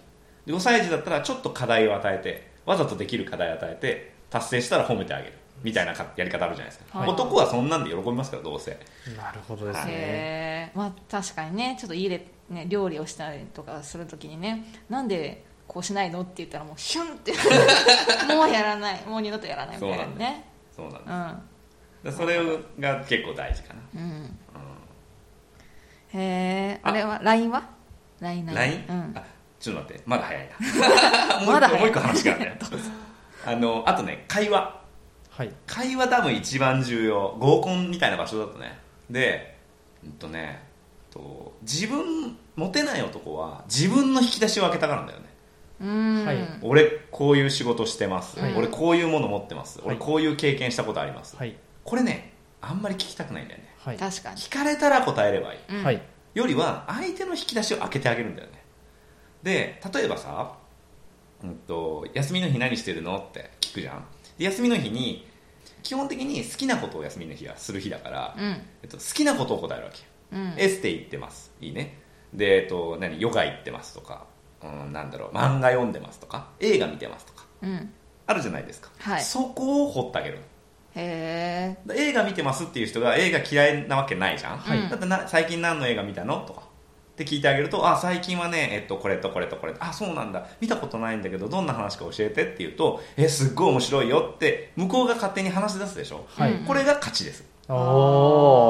[SPEAKER 1] で5歳児だったらちょっと課題を与えてわざとできる課題を与えて達成したら褒めてあげるみたいなかやり方あるじゃないですか、
[SPEAKER 2] はい
[SPEAKER 1] 男はそんなんで喜びますからどうせ
[SPEAKER 3] なるほどですね
[SPEAKER 2] へえまあ確かにねちょっと家で、ね、料理をしたりとかするときにねなんでこうしないのって言ったらもうシュンってもうやらないもう二度とやらないみたいなね
[SPEAKER 1] そうなん
[SPEAKER 2] う
[SPEAKER 1] だ
[SPEAKER 2] ん
[SPEAKER 1] だそれが結構大事かな
[SPEAKER 2] うんへえあれは LINE は ?LINE ない
[SPEAKER 1] LINE、
[SPEAKER 2] うん
[SPEAKER 1] あちょっと待ってまだ 早いな
[SPEAKER 2] まだ
[SPEAKER 1] もう一個も
[SPEAKER 2] 早
[SPEAKER 1] う
[SPEAKER 2] い
[SPEAKER 1] 一個話がある ねあのあとね会話
[SPEAKER 3] はい
[SPEAKER 1] 会話多分一番重要合コンみたいな場所だとねでうんとねと自分モテない男は自分の引き出しを開けたがるんだよね、
[SPEAKER 2] うん
[SPEAKER 3] はい
[SPEAKER 1] 俺こういう仕事してます、
[SPEAKER 2] はい
[SPEAKER 1] 俺こういうもの持ってます、
[SPEAKER 3] はい
[SPEAKER 1] 俺こういう経験したことあります、
[SPEAKER 3] はい
[SPEAKER 1] これねあんまり聞きたくないんだよね
[SPEAKER 3] はい
[SPEAKER 2] 確かに
[SPEAKER 1] 聞かれたら答えればいい、
[SPEAKER 2] うん
[SPEAKER 3] はい
[SPEAKER 1] よりは相手の引き出しを開けてあげるんだよねで例えばさ、うんと「休みの日何してるの?」って聞くじゃんで休みの日に基本的に好きなことを休みの日はする日だから、
[SPEAKER 2] うん
[SPEAKER 1] えっと、好きなことを答えるわけ、
[SPEAKER 2] うん
[SPEAKER 1] エステ行ってますいいねで、えっと、何ヨガ行ってますとか、うん、なんだろう漫画読んでますとか映画見てますとか
[SPEAKER 2] うん
[SPEAKER 1] あるじゃないですか、
[SPEAKER 2] はい
[SPEAKER 1] そこを掘ってあげる
[SPEAKER 2] へえ
[SPEAKER 1] だ映画見てますっていう人が映画嫌いなわけないじゃん、
[SPEAKER 2] はい
[SPEAKER 1] だってな最近何の映画見たのとかって聞いてあげるとあ最近はね、えっと、これとこれとこれあそうなんだ見たことないんだけどどんな話か教えてって言うとえすっごい面白いよって向こうが勝手に話し出すでしょ、
[SPEAKER 3] はい
[SPEAKER 1] これが勝ちです
[SPEAKER 3] お
[SPEAKER 2] あー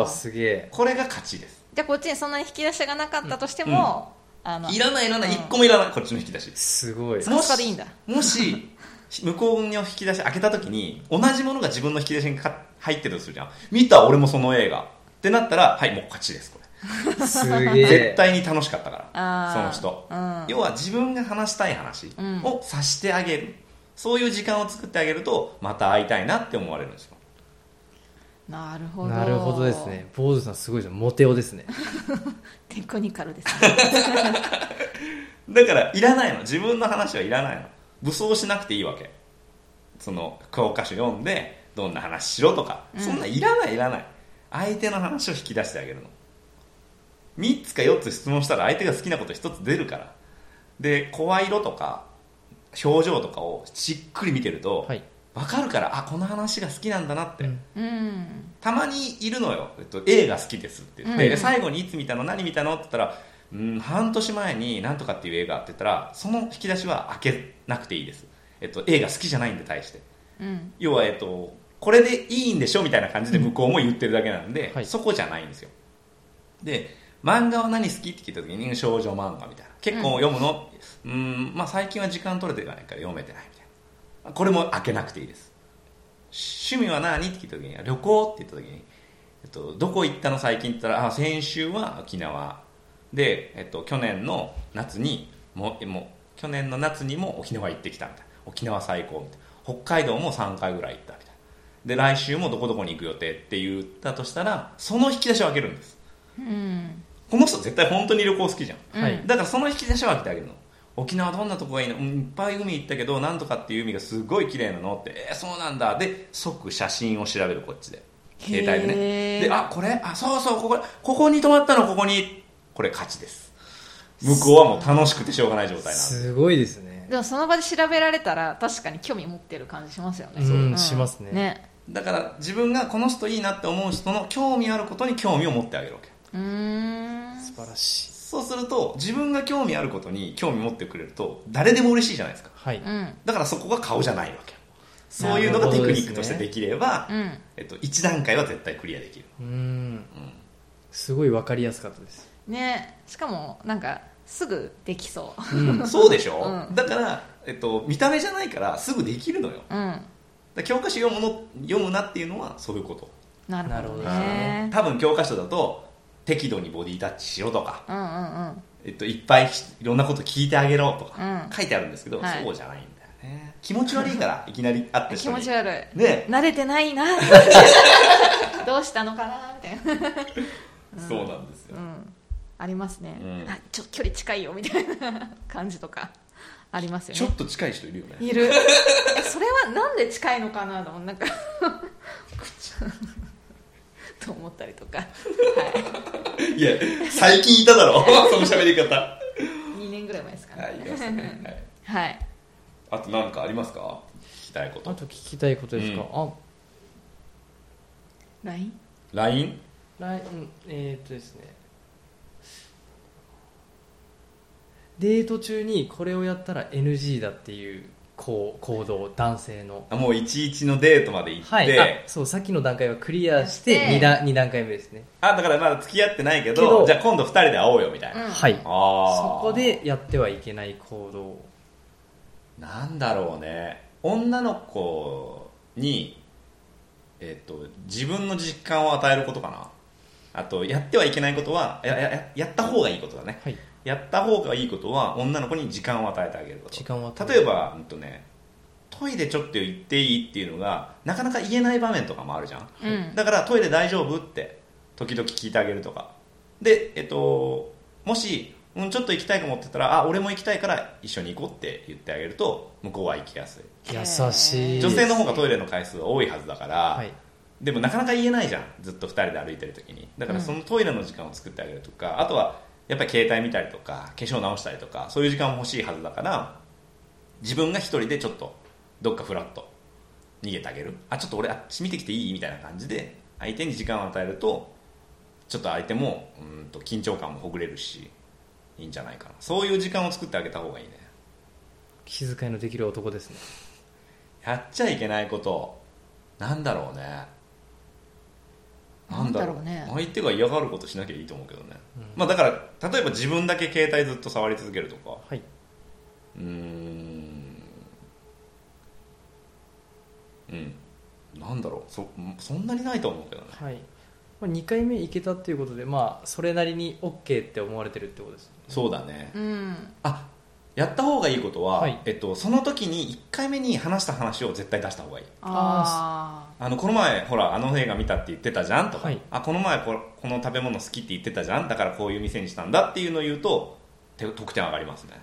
[SPEAKER 3] おすげえ
[SPEAKER 1] これが勝ちです
[SPEAKER 2] じゃあこっちにそんなに引き出しがなかったとしても、あの
[SPEAKER 1] いらないいらない
[SPEAKER 2] うん
[SPEAKER 1] 一個もいらないこっちの引き出し
[SPEAKER 3] すごい
[SPEAKER 2] サブスクでいいんだ
[SPEAKER 1] もし向こうの引き出し開けた時に同じものが自分の引き出しにか入ってるとするじゃん見た俺もその映画ってなったらはいもう勝ちですこれ
[SPEAKER 3] すげえ
[SPEAKER 1] 絶対に楽しかったか
[SPEAKER 2] あ
[SPEAKER 1] らその
[SPEAKER 2] ー
[SPEAKER 1] 人
[SPEAKER 2] うん
[SPEAKER 1] 要は自分が話したい話
[SPEAKER 2] うん
[SPEAKER 1] をさしてあげるそういう時間を作ってあげるとまた会いたいなって思われるんですよ
[SPEAKER 2] なるほど
[SPEAKER 3] なるほどですね坊主さんすごいですねモテ男ですね
[SPEAKER 2] テクニカルですね
[SPEAKER 1] だからいらないの自分の話はいらないの武装しなくていいわけその教科書読んでどんな話しろとか、
[SPEAKER 2] うん
[SPEAKER 1] そんなんいらないいらない相手の話を引き出してあげるの3つか4つ質問したら相手が好きなこと1つ出るからで声色とか表情とかをしっくり見てると、
[SPEAKER 3] はい
[SPEAKER 1] 分かるからあこの話が好きなんだなって、
[SPEAKER 3] うん
[SPEAKER 2] うん
[SPEAKER 1] たまにいるのよ、えっと、映画好きですって言って、
[SPEAKER 2] うん
[SPEAKER 1] で最後にいつ見たの何見たのって言ったらうん半年前になんとかっていう映画って言ったらその引き出しは開けなくていいです、えっと、映画好きじゃないんで対して
[SPEAKER 2] うん
[SPEAKER 1] 要は、えっと、これでいいんでしょみたいな感じで向こうも言ってるだけなんで、
[SPEAKER 3] はい
[SPEAKER 1] そこじゃないんですよで漫画は何好きって聞いた時に少女漫画みたいな結構読むの、うんまあ、最近は時間取れていかないから読めてないみたいなこれも開けなくていいです趣味は何って聞いた時に旅行って言った時に、えっと、どこ行ったの最近って言ったらあ先週は沖縄で、えっと、去年の夏にももう去年の夏にも沖縄行ってきたみたいな沖縄最高みたいな北海道も3回ぐらい行ったみたいなで来週もどこどこに行く予定って言ったとしたらその引き出しを開けるんです
[SPEAKER 2] うん
[SPEAKER 1] この人絶対本当に旅行好きじゃん
[SPEAKER 3] はいう
[SPEAKER 1] だからその引き出しを開けてあげるの沖縄どんなとこがいいのうんいっぱい海行ったけどなんとかっていう海がすごい綺麗なのってえー、そうなんだで即写真を調べるこっちで携帯で
[SPEAKER 2] へ
[SPEAKER 1] ね
[SPEAKER 2] ー
[SPEAKER 1] であこれあそうそうここここに泊まったのここにこれ勝ちです向こうはもう楽しくてしょうがない状態なんです
[SPEAKER 3] すごいですね
[SPEAKER 2] でもその場で調べられたら確かに興味持ってる感じしますよね
[SPEAKER 3] うんしますね
[SPEAKER 2] ね
[SPEAKER 1] だから自分がこの人いいなって思う人の興味あることに興味を持ってあげるわけ
[SPEAKER 2] うーん
[SPEAKER 3] 素晴らしい
[SPEAKER 1] そうすると自分が興味あることに興味持ってくれると誰でも嬉しいじゃないですか
[SPEAKER 3] はい、
[SPEAKER 2] うん
[SPEAKER 1] だからそこが顔じゃないわけそういうのがテクニックとしてできれば、
[SPEAKER 2] うん
[SPEAKER 1] えっと、1段階は絶対クリアできる、
[SPEAKER 3] うん
[SPEAKER 1] うん
[SPEAKER 3] すごい分かりやすかったです、
[SPEAKER 2] ねしかもなんかすぐできそ
[SPEAKER 3] うん、
[SPEAKER 1] そうでしょ、
[SPEAKER 2] うん
[SPEAKER 1] だから、えっと、見た目じゃないからすぐできるのよだか
[SPEAKER 2] ううん
[SPEAKER 1] ら教科書読むの読むなっていうのはそういうこと、
[SPEAKER 2] なるほど
[SPEAKER 3] な
[SPEAKER 2] ね
[SPEAKER 1] 多分教科書だと適度にボディタッチしろとか、
[SPEAKER 2] うんうんうん
[SPEAKER 1] えっと、いっぱいしいろんなこと聞いてあげろとか
[SPEAKER 2] うん
[SPEAKER 1] 書いてあるんですけど、
[SPEAKER 2] はい
[SPEAKER 1] そうじゃないんだよね気持ち悪い からいきなり会って
[SPEAKER 2] 気持ち悪い
[SPEAKER 1] ね
[SPEAKER 2] 慣れてない などうしたのかなみたいな
[SPEAKER 1] そうなんですよ、
[SPEAKER 2] うんありますね、
[SPEAKER 1] うん
[SPEAKER 2] あちょ距離近いよみたいな感じとかありますよね
[SPEAKER 1] ちょっと近い人いるよね
[SPEAKER 2] い るえそれはなんで近いのかなと思うなんか と思ったりとか、
[SPEAKER 1] いや最近いただろその喋り方は
[SPEAKER 2] 2年ぐらい前ですかね
[SPEAKER 1] いいますね、はい、
[SPEAKER 2] はい
[SPEAKER 1] あと何かありますか聞きたいこ
[SPEAKER 3] あ
[SPEAKER 1] と
[SPEAKER 3] と聞きたいことですか、あ
[SPEAKER 2] LINE?
[SPEAKER 1] LINE?
[SPEAKER 3] 来うんえー、っとですねデート中にこれをやったら NG だっていうこう行動男性の
[SPEAKER 1] あもう11のデートまで行って、
[SPEAKER 3] はいあそうさっきの段階はクリアして
[SPEAKER 2] して
[SPEAKER 3] 2段 ,2 段階目ですね、
[SPEAKER 1] あだからまだ付き合ってないけど
[SPEAKER 3] けど
[SPEAKER 1] じゃあ今度2人で会おうよみたいな、
[SPEAKER 2] うん
[SPEAKER 3] はいそ
[SPEAKER 1] ああ
[SPEAKER 3] こでやってはいけない行動
[SPEAKER 1] なんだろうね女の子に、えっと自分の実感を与えることかなあとやってはいけないことはややややった方がいいことだね
[SPEAKER 3] はい
[SPEAKER 1] やった方がいいことは女の子に時間を与えてあげること
[SPEAKER 3] 時間を与える
[SPEAKER 1] 例えば、うんとね、トイレちょっと行っていいっていうのがなかなか言えない場面とかもあるじゃん、
[SPEAKER 2] うん
[SPEAKER 1] だからトイレ大丈夫って時々聞いてあげるとかで、えっと、もし、うん、ちょっと行きたいかもって言ったらあ俺も行きたいから一緒に行こうって言ってあげると向こうは行きやすい
[SPEAKER 3] 優
[SPEAKER 2] へ
[SPEAKER 3] し
[SPEAKER 2] ー
[SPEAKER 3] い
[SPEAKER 1] 女性の方が
[SPEAKER 3] イ
[SPEAKER 1] トイレの回数は多いはずだから、
[SPEAKER 3] はい
[SPEAKER 1] でもなかなか言えないじゃんずっと2人で歩いてる時にだからそのトイレの時間を作ってあげるとか、あとはやっぱり携帯見たりとか化粧直したりとかそういう時間も欲しいはずだから自分が1人でちょっとどっかフラッと逃げてあげるあちょっと俺あっち見てきていいみたいな感じで相手に時間を与えるとちょっと相手もうーんと緊張感もほぐれるしいいんじゃないかなそういう時間を作ってあげた方がいいね
[SPEAKER 3] 気遣いのできる男ですね
[SPEAKER 1] やっちゃいけないことなんだろうねなんだろう
[SPEAKER 2] なんだろうね
[SPEAKER 1] 相手が嫌がることしなきゃいいと思うけどね、まあ、だから例えば自分だけ携帯ずっと触り続けるとか
[SPEAKER 3] はい、
[SPEAKER 1] うーんうんなんだろうそそんなにないと思うけどね
[SPEAKER 3] はいまあ、2回目いけたっていうことで、まあ、それなりに OK って思われてるってことです
[SPEAKER 1] そうだね
[SPEAKER 2] うん
[SPEAKER 1] あやった方がいいことは、
[SPEAKER 3] はい
[SPEAKER 1] えっと、その時に1回目に話した話を絶対出した方がいい
[SPEAKER 2] あ
[SPEAKER 1] あのこの前ほらあの映画見たって言ってたじゃんとか、
[SPEAKER 3] はい
[SPEAKER 1] あこの前ここの食べ物好きって言ってたじゃんだからこういう店にしたんだっていうのを言うとて得点上がりますね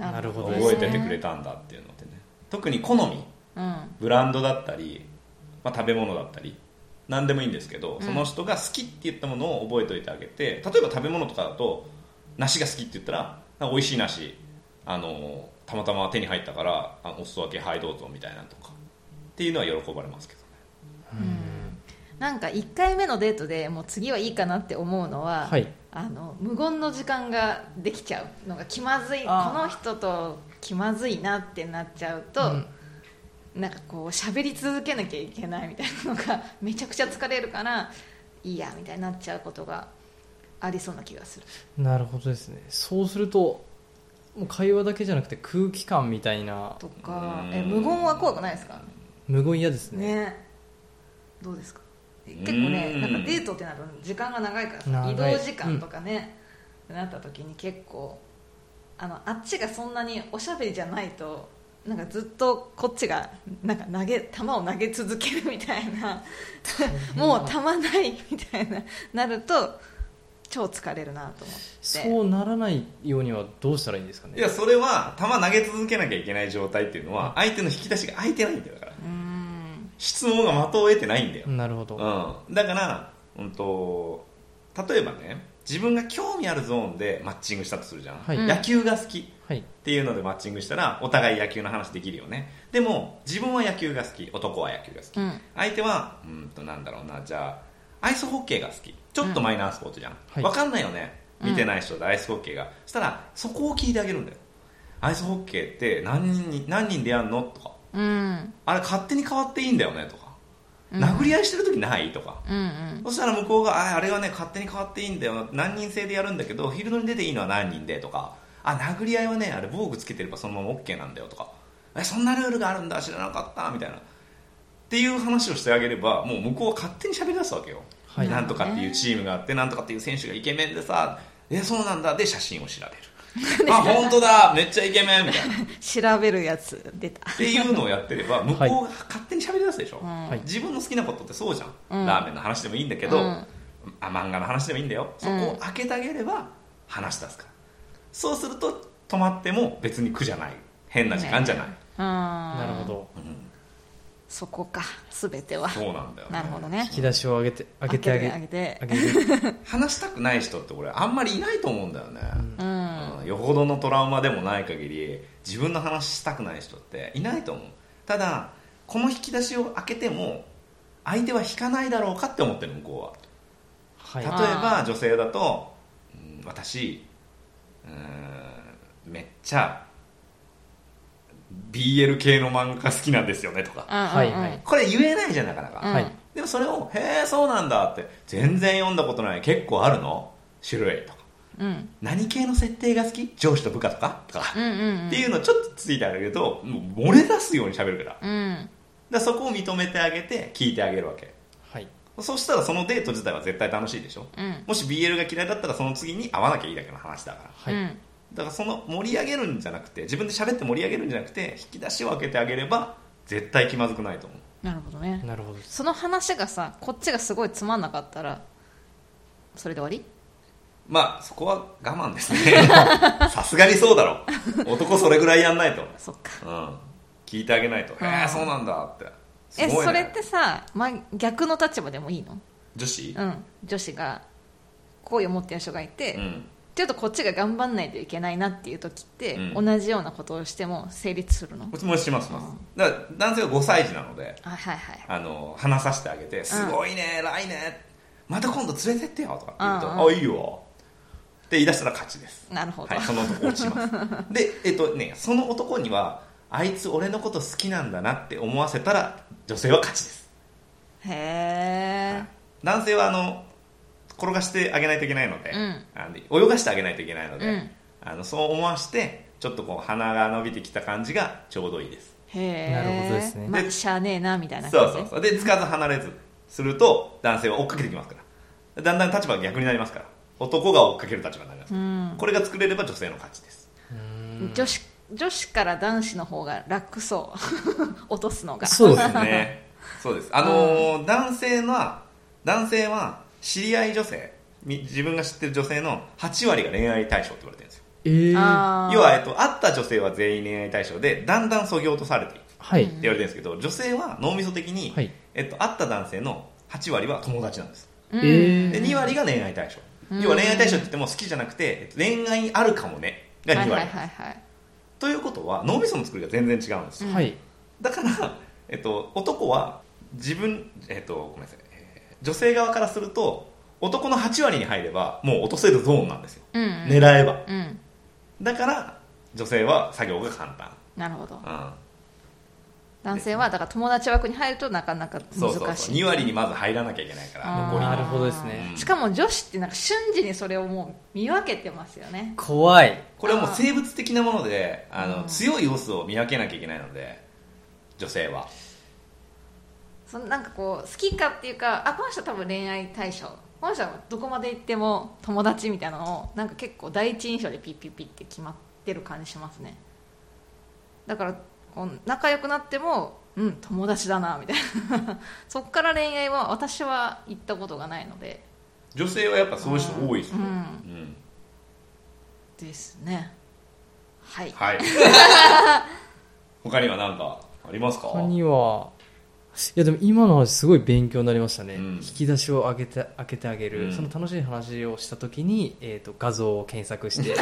[SPEAKER 2] あ
[SPEAKER 3] なるほどですね
[SPEAKER 1] 覚えててくれたんだっていうのってね特に好み
[SPEAKER 2] うん
[SPEAKER 1] ブランドだったり、まあ、食べ物だったり何でもいいんですけど、
[SPEAKER 2] ん
[SPEAKER 1] その人が好きって言ったものを覚えておいてあげて例えば食べ物とかだと梨が好きって言ったらなんか美味しい梨あのたまたま手に入ったからあお裾分けはいどうぞみたいなとかっていうのは喜ばれますけどね
[SPEAKER 2] なんか1回目のデートでもう次はいいかなって思うのは、
[SPEAKER 3] はい
[SPEAKER 2] あの無言の時間ができちゃうのが気まずいこ
[SPEAKER 3] あー
[SPEAKER 2] の人と気まずいなってなっちゃうと、
[SPEAKER 3] うん
[SPEAKER 2] なんかこう喋り続けなきゃいけないみたいなのがめちゃくちゃ疲れるからいいやみたいになっちゃうことがありそうな気がする
[SPEAKER 3] なるほどですねそうするともう会話だけじゃなくて空気感みたいな
[SPEAKER 2] とか
[SPEAKER 1] うん
[SPEAKER 2] え無言は怖くないですか
[SPEAKER 3] 無言嫌ですね
[SPEAKER 2] ねどうですかえ結構ね
[SPEAKER 1] うん
[SPEAKER 2] なんかデートってなると時間が長いから
[SPEAKER 3] 長
[SPEAKER 2] さ
[SPEAKER 3] い
[SPEAKER 2] 移動時間とかね、ってなった時に結構あのあっちがそんなにおしゃべりじゃないとなんかずっとこっちがなんか投げ球を投げ続けるみたいなもう球ないみたいななると超疲れるなと思って
[SPEAKER 3] そうならないようにはどうしたらいいんですかね
[SPEAKER 1] いやそれは球投げ続けなきゃいけない状態っていうのは相手の引き出しが空いてないんだよだから
[SPEAKER 2] うーん
[SPEAKER 1] 質問が的を得てないんだよ
[SPEAKER 3] なるほど、
[SPEAKER 1] うん、だから、うん、と例えばね自分が興味あるゾーンでマッチングしたとするじゃん、
[SPEAKER 3] はい
[SPEAKER 1] 野球が好きっ
[SPEAKER 3] はい
[SPEAKER 1] ていうのでマッチングしたらお互い野球の話できるよねでも自分は野球が好き男は野球が好き、
[SPEAKER 2] うん
[SPEAKER 1] 相手はうんとなんだろうなじゃあアイスホッケーが好きちょっとマイナースポーツじゃん、
[SPEAKER 3] はい
[SPEAKER 1] わかんないよね
[SPEAKER 2] うん
[SPEAKER 1] 見てない人でアイスホッケーが、そしたらそこを聞いてあげるんだよアイスホッケーって何人に何人でやんのとか
[SPEAKER 2] うん
[SPEAKER 1] あれ勝手に変わっていいんだよねとか、
[SPEAKER 2] うん
[SPEAKER 1] 殴り合いしてる時ないとか
[SPEAKER 2] うんうん
[SPEAKER 1] そしたら向こうがああれはね勝手に変わっていいんだよ何人制でやるんだけどフィールドに出ていいのは何人でとかあ殴り合いはねあれ防具つけてればそのまま OK なんだよとかえそんなルールがあるんだ知らなかったみたいなっていう話をしてあげればもう向こうは勝手に喋り出すわけよ、
[SPEAKER 3] はい
[SPEAKER 1] なんとかっていうチームがあってなんとかっていう選手がイケメンでさえそうなんだで写真を調べ るあ本当だめっちゃイケメンみたいな
[SPEAKER 2] 調べるやつ出た
[SPEAKER 1] っていうのをやってれば向こうが勝手に喋り出すでしょ、
[SPEAKER 2] うん
[SPEAKER 3] はい
[SPEAKER 1] 自分の好きなことってそうじゃん、
[SPEAKER 2] うん
[SPEAKER 1] ラーメンの話でもいいんだけど、
[SPEAKER 2] うん
[SPEAKER 1] あ漫画の話でもいいんだよそこ
[SPEAKER 2] う
[SPEAKER 1] を
[SPEAKER 2] ん
[SPEAKER 1] 開けてあげれば話し出すから、そうすると止まっても別に苦じゃない変な時間じゃない、
[SPEAKER 2] な
[SPEAKER 3] なるほど
[SPEAKER 2] そこか全ては
[SPEAKER 1] そうなんだよ、ね、
[SPEAKER 2] なるほどね
[SPEAKER 3] 引き出しを上げて上げてあげ
[SPEAKER 2] 開けて
[SPEAKER 3] 上げる
[SPEAKER 1] 話したくない人って俺あんまりいないと思うんだよね、
[SPEAKER 2] うん
[SPEAKER 1] うんよほどのトラウマでもない限り自分の話したくない人っていないと思うただこの引き出しを開けても相手は引かないだろうかって思ってる向こ
[SPEAKER 3] は
[SPEAKER 1] う
[SPEAKER 3] い
[SPEAKER 1] は、
[SPEAKER 2] あ
[SPEAKER 1] 例えば女性だと「うん私うんめっちゃ BL 系の漫画が好きなんですよね」とか
[SPEAKER 3] はいはい
[SPEAKER 1] これ言えないじゃんなかなか、
[SPEAKER 2] うん
[SPEAKER 3] はい
[SPEAKER 1] でもそれを「へえそうなんだ」って「全然読んだことない結構あるの種類」とか
[SPEAKER 2] うんうん
[SPEAKER 1] 「何系の設定が好き上司と部下とか?」とか
[SPEAKER 2] うんうん
[SPEAKER 1] っていうのをちょっとついてあげるともう漏れ出すように喋るからだか
[SPEAKER 2] うん
[SPEAKER 1] らそこを認めてあげて聞いてあげるわけ
[SPEAKER 3] はい、
[SPEAKER 1] そしたらそのデート自体は絶対楽しいでしょ
[SPEAKER 2] うん
[SPEAKER 1] もし BL が嫌いだったらその次に会わなきゃいいだけの話だから
[SPEAKER 3] はい
[SPEAKER 2] うん
[SPEAKER 1] だからその盛り上げるんじゃなくて自分で喋って盛り上げるんじゃなくて引き出しを開けてあげれば絶対気まずくないと思う
[SPEAKER 2] なるほどね
[SPEAKER 3] なるほどです
[SPEAKER 2] その話がさこっちがすごいつまんなかったらそれで終わ
[SPEAKER 1] まあそこは我慢 ですねさすがにそうだろ男それぐらいやんないと、
[SPEAKER 2] りそっか
[SPEAKER 1] うん、聞いてあげないとへえそうなんだってす
[SPEAKER 2] え
[SPEAKER 1] ごい、ね、
[SPEAKER 2] それってさま逆の立場でもいいの
[SPEAKER 1] 女子
[SPEAKER 2] うん女子が好意を持ってる人がいうて
[SPEAKER 1] ん
[SPEAKER 2] ちょっとこっちが頑張んないといけないなっていう時って
[SPEAKER 1] うん
[SPEAKER 2] 同じようなことをしても成立するの
[SPEAKER 1] こっちもしますしますだから男性は5歳児なので
[SPEAKER 2] あはいはい
[SPEAKER 1] あの話させてあげて「すごいね偉いねまた今度連れてってよ」とかって言うと「
[SPEAKER 2] うんうん
[SPEAKER 1] あいいよ」って言い出したら勝ちです
[SPEAKER 2] なるほど
[SPEAKER 1] はいその男落ちます でえっとねその男にはあいつ俺のこと好きなんだなって思わせたら女性は勝ちです
[SPEAKER 2] へえ
[SPEAKER 1] 男性はあの転がしてあげないといけないので、
[SPEAKER 2] うん
[SPEAKER 1] あの泳がしてあげないといけないので、
[SPEAKER 2] うん
[SPEAKER 1] あのそう思わしてちょっとこう鼻が伸びてきた感じがちょうどいいです
[SPEAKER 2] へえ
[SPEAKER 3] なるほどですね
[SPEAKER 2] ま
[SPEAKER 1] で
[SPEAKER 2] あしゃあねえなみたいな
[SPEAKER 1] そ
[SPEAKER 2] 感
[SPEAKER 1] う
[SPEAKER 2] じ
[SPEAKER 1] そうそうでつかず離れずすると男性は追っかけてきますからだんだん立場が逆になりますから男が追っかける立場になります、
[SPEAKER 2] うん
[SPEAKER 1] これが作れれば女性の勝ちです
[SPEAKER 2] 女子女子から男子の方が楽そう 落とすのが
[SPEAKER 3] そうですね
[SPEAKER 1] ねそうですあのー男性は男性は知り合い女性み自分が知ってる女性の8割が恋愛対象って言われてるんですよ
[SPEAKER 3] ええ
[SPEAKER 2] あー
[SPEAKER 1] 要は、えっと、会った女性は全員恋愛対象でだんだんそぎ落とされていくって
[SPEAKER 3] はい、
[SPEAKER 1] 言われてるんですけど、女性は脳みそ的に、
[SPEAKER 3] はい
[SPEAKER 1] えっと、会った男性の8割は友達なんです
[SPEAKER 2] うん
[SPEAKER 3] えー
[SPEAKER 1] で2割が恋愛対象、
[SPEAKER 2] うん
[SPEAKER 1] 要は恋愛対象って言っても好きじゃなくてえっと恋愛あるかもねが2
[SPEAKER 2] はい
[SPEAKER 1] 割、
[SPEAKER 2] はいはいはい
[SPEAKER 1] ということは脳みその作りが全然違うんですよ、
[SPEAKER 3] はい
[SPEAKER 1] だから、えっと、男は自分、えっと、ごめんなさい、えー女性側からすると男の8割に入ればもう落とせるゾーンなんですよ、
[SPEAKER 2] うんうん
[SPEAKER 1] 狙えば
[SPEAKER 2] うん
[SPEAKER 1] だから女性は作業が簡単、
[SPEAKER 2] なるほど
[SPEAKER 1] うん、
[SPEAKER 2] 男性はだから友達枠に入るとなかなか難しい
[SPEAKER 1] そうそうそう2割にまず入らなきゃいけないから
[SPEAKER 2] あー
[SPEAKER 1] 残り
[SPEAKER 3] なる
[SPEAKER 1] が
[SPEAKER 3] ほどですね
[SPEAKER 1] うん
[SPEAKER 2] しかも女子ってなんか瞬時にそれをもう見分けてますよね
[SPEAKER 3] 怖い
[SPEAKER 1] これはもう生物的なものであの
[SPEAKER 2] うん
[SPEAKER 1] 強いオスを見分けなきゃいけないので女性は
[SPEAKER 2] そのなんかこう好きかっていうかあこの人多分恋愛対象この人はどこまで行っても友達みたいなのをなんか結構第一印象でピッピッピッって決まってる感じしますねだからこう仲良くなってもうん友達だなみたいな そっから恋愛は私は行ったことがないので
[SPEAKER 1] 女性はやっぱそういう人多いですよ、
[SPEAKER 2] うん
[SPEAKER 1] うん
[SPEAKER 2] ですねはい
[SPEAKER 1] はい 他には何かありますか
[SPEAKER 3] 他にはいやでも今の話すごい勉強になりましたね、
[SPEAKER 1] うん
[SPEAKER 3] 引き出しを開けて開けてあげる、
[SPEAKER 1] うん
[SPEAKER 3] その楽しい話をした時に、えー、と画像を検 索して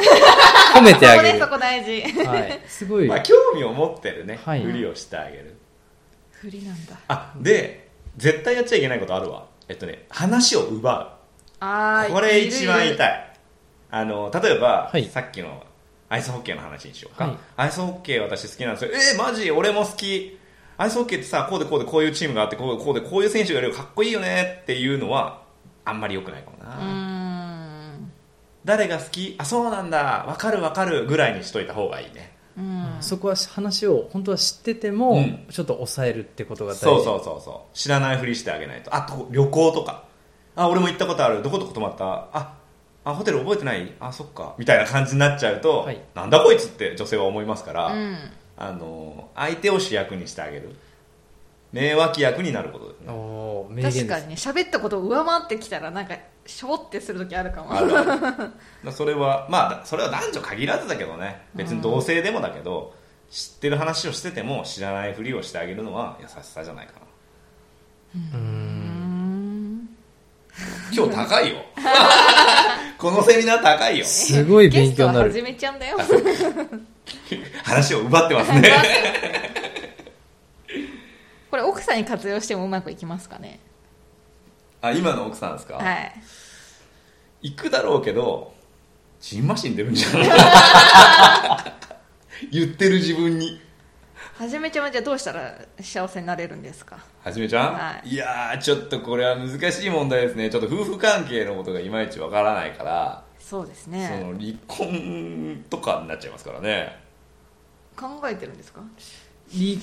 [SPEAKER 3] 褒めて
[SPEAKER 2] そ
[SPEAKER 3] あ
[SPEAKER 2] こね
[SPEAKER 3] げる
[SPEAKER 2] そ、こ大事
[SPEAKER 3] はい、すごい、
[SPEAKER 1] まあ、興味を持ってるね、
[SPEAKER 3] はい
[SPEAKER 1] ふりをしてあげる
[SPEAKER 2] 不利なんだ
[SPEAKER 1] あで絶対やっちゃいけないことあるわえっとね話を奪
[SPEAKER 2] あ
[SPEAKER 1] う
[SPEAKER 2] ー
[SPEAKER 1] これ一番
[SPEAKER 2] るる
[SPEAKER 1] 痛いあの例えば、
[SPEAKER 3] はい
[SPEAKER 1] さっきのアイスホッケーの話にしようか、
[SPEAKER 3] はい
[SPEAKER 1] アイスホッケー私好きなんですよえー、マジ俺も好きアイスホッケーってさこうでこうでこういうチームがあってこうでこうでこういう選手がいるよかっこいいよねっていうのはあんまり良くないかもな、
[SPEAKER 2] うーん
[SPEAKER 1] 誰が好きあそうなんだわかるわかるぐらいにしといた方がいいね
[SPEAKER 2] うん
[SPEAKER 3] そこは話を本当は知ってても、
[SPEAKER 1] うん
[SPEAKER 3] ちょっと抑えるってことが大事
[SPEAKER 1] そうそうそうそう知らないふりしてあげないとあと旅行とかあ俺も行ったことあるどことこ泊まったああホテル覚えてないあそっかみたいな感じになっちゃうと、
[SPEAKER 3] はい
[SPEAKER 1] なんだこいつって女性は思いますから、
[SPEAKER 2] うん
[SPEAKER 1] あの相手を主役にしてあげる名脇役になることですね
[SPEAKER 3] おー名言です
[SPEAKER 2] 確かにね喋ったことを上回ってきたらなんかしょぼってする時あるかも
[SPEAKER 1] あるあるだから それはまあそれは男女限らずだけどね別に同性でもだけど、知ってる話をしてても知らないふりをしてあげるのは優しさじゃないかな
[SPEAKER 3] う
[SPEAKER 2] う
[SPEAKER 3] ー
[SPEAKER 2] ー
[SPEAKER 3] ん
[SPEAKER 2] ん
[SPEAKER 1] 今日高いよ このセミナー高いよ
[SPEAKER 3] すごい勉強にな
[SPEAKER 2] ゲストははじ
[SPEAKER 3] る
[SPEAKER 2] めちゃんだよ
[SPEAKER 1] 話を奪ってます ね
[SPEAKER 2] これ奥さんに活用してもうまくいきますかね
[SPEAKER 1] あ今の奥さんですか、
[SPEAKER 2] はい
[SPEAKER 1] 行くだろうけどジンマシン出るんじゃない 言ってる自分に
[SPEAKER 2] はじめちゃんはじゃあどうしたら幸せになれるんですか
[SPEAKER 1] はじめちゃん、、
[SPEAKER 2] はい
[SPEAKER 1] やーちょっとこれは難しい問題ですねちょっと夫婦関係のことがいまいちわからないから、
[SPEAKER 2] そうです
[SPEAKER 1] そ
[SPEAKER 2] ね
[SPEAKER 1] の離婚とかになっちゃいますからね
[SPEAKER 2] 考えてるんですか
[SPEAKER 3] い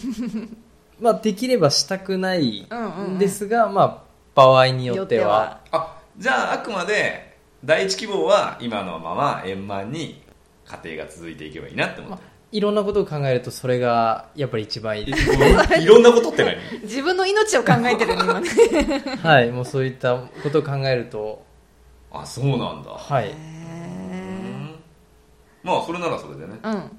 [SPEAKER 3] まあ、できればしたくない
[SPEAKER 2] うんうんうん
[SPEAKER 3] んですが、まあ、場合によっては
[SPEAKER 1] あじゃああくまで第一希望は今のまま円満に家庭が続いていけばいいなって思ってる
[SPEAKER 3] いろんなことを考えるとそれがやっぱり一番い い
[SPEAKER 1] いろんなことって何
[SPEAKER 2] 自分の命を考えてるね 今ね
[SPEAKER 3] はいもうそういったことを考えると
[SPEAKER 1] あそうなんだ
[SPEAKER 3] はい
[SPEAKER 2] へ
[SPEAKER 1] まあそれならそれでね
[SPEAKER 2] ーうん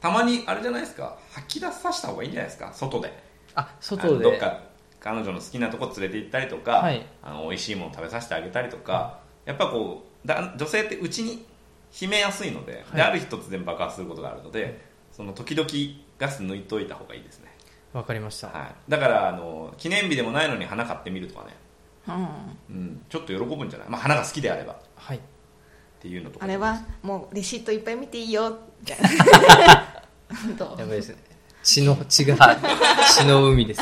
[SPEAKER 1] たまにあれじゃないですか吐き出させた方がいいんじゃないですか外で
[SPEAKER 3] あ
[SPEAKER 1] あ
[SPEAKER 3] 外
[SPEAKER 1] のどっ
[SPEAKER 3] で
[SPEAKER 1] か彼女の好きなとこ連れて行ったりとか、
[SPEAKER 3] はい
[SPEAKER 1] あの美味しいもの食べさせてあげたりとかやっぱこうだ女性ってうちに秘めやすいので,、
[SPEAKER 3] はい
[SPEAKER 1] である日突然爆発することがあるのでその時々ガス抜いといた方がいいですね、
[SPEAKER 3] わかりました
[SPEAKER 1] はい、だからあの記念日でもないのに花買ってみるとかね、
[SPEAKER 2] うん
[SPEAKER 1] うん、ちょっと喜ぶんじゃない、まあ、花が好きであればっ
[SPEAKER 3] はい
[SPEAKER 1] ていうのとか
[SPEAKER 2] あれはもうレシートいっぱい見ていいよみたいなどう
[SPEAKER 3] やばいですね血の血が 血の海です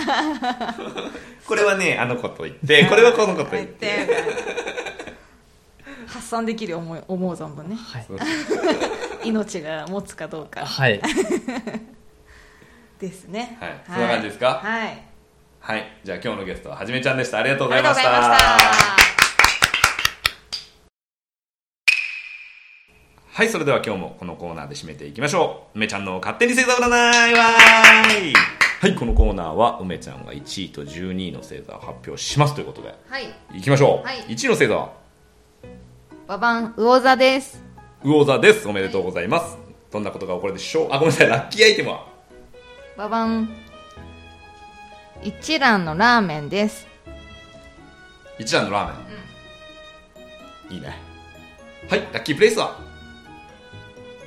[SPEAKER 1] これはねあの子と言って これはこの子と言って
[SPEAKER 2] 発散できる思い思う存分ね
[SPEAKER 3] はい
[SPEAKER 1] そう
[SPEAKER 2] 命が持つかどうか
[SPEAKER 3] はい
[SPEAKER 2] ですね
[SPEAKER 1] はいそんな感じですか
[SPEAKER 2] はい
[SPEAKER 1] はいじゃあ今日のゲストははじめちゃんでしたありがとうご
[SPEAKER 2] あ
[SPEAKER 1] ざ
[SPEAKER 2] り
[SPEAKER 1] い
[SPEAKER 2] が
[SPEAKER 1] まし
[SPEAKER 2] とうございま
[SPEAKER 1] た
[SPEAKER 2] した
[SPEAKER 1] はい、それでは今日もこのコーナーで締めていきましょう。梅ちゃんの勝手に星座占いわーいはい、このコーナーは梅ちゃんが1位と12位の星座を発表しますということで、
[SPEAKER 2] はい
[SPEAKER 1] いきましょう。
[SPEAKER 2] はい
[SPEAKER 1] 1位の星座は、
[SPEAKER 2] ババン魚座です
[SPEAKER 1] 魚座です。おめでとうございます。どんなことが起こるでしょうあ、ごめんなさい、ラッキーアイテムは。
[SPEAKER 2] ババン一蘭のラーメンです
[SPEAKER 1] 一蘭のラーメン。いいね。はい、ラッキープレイスは、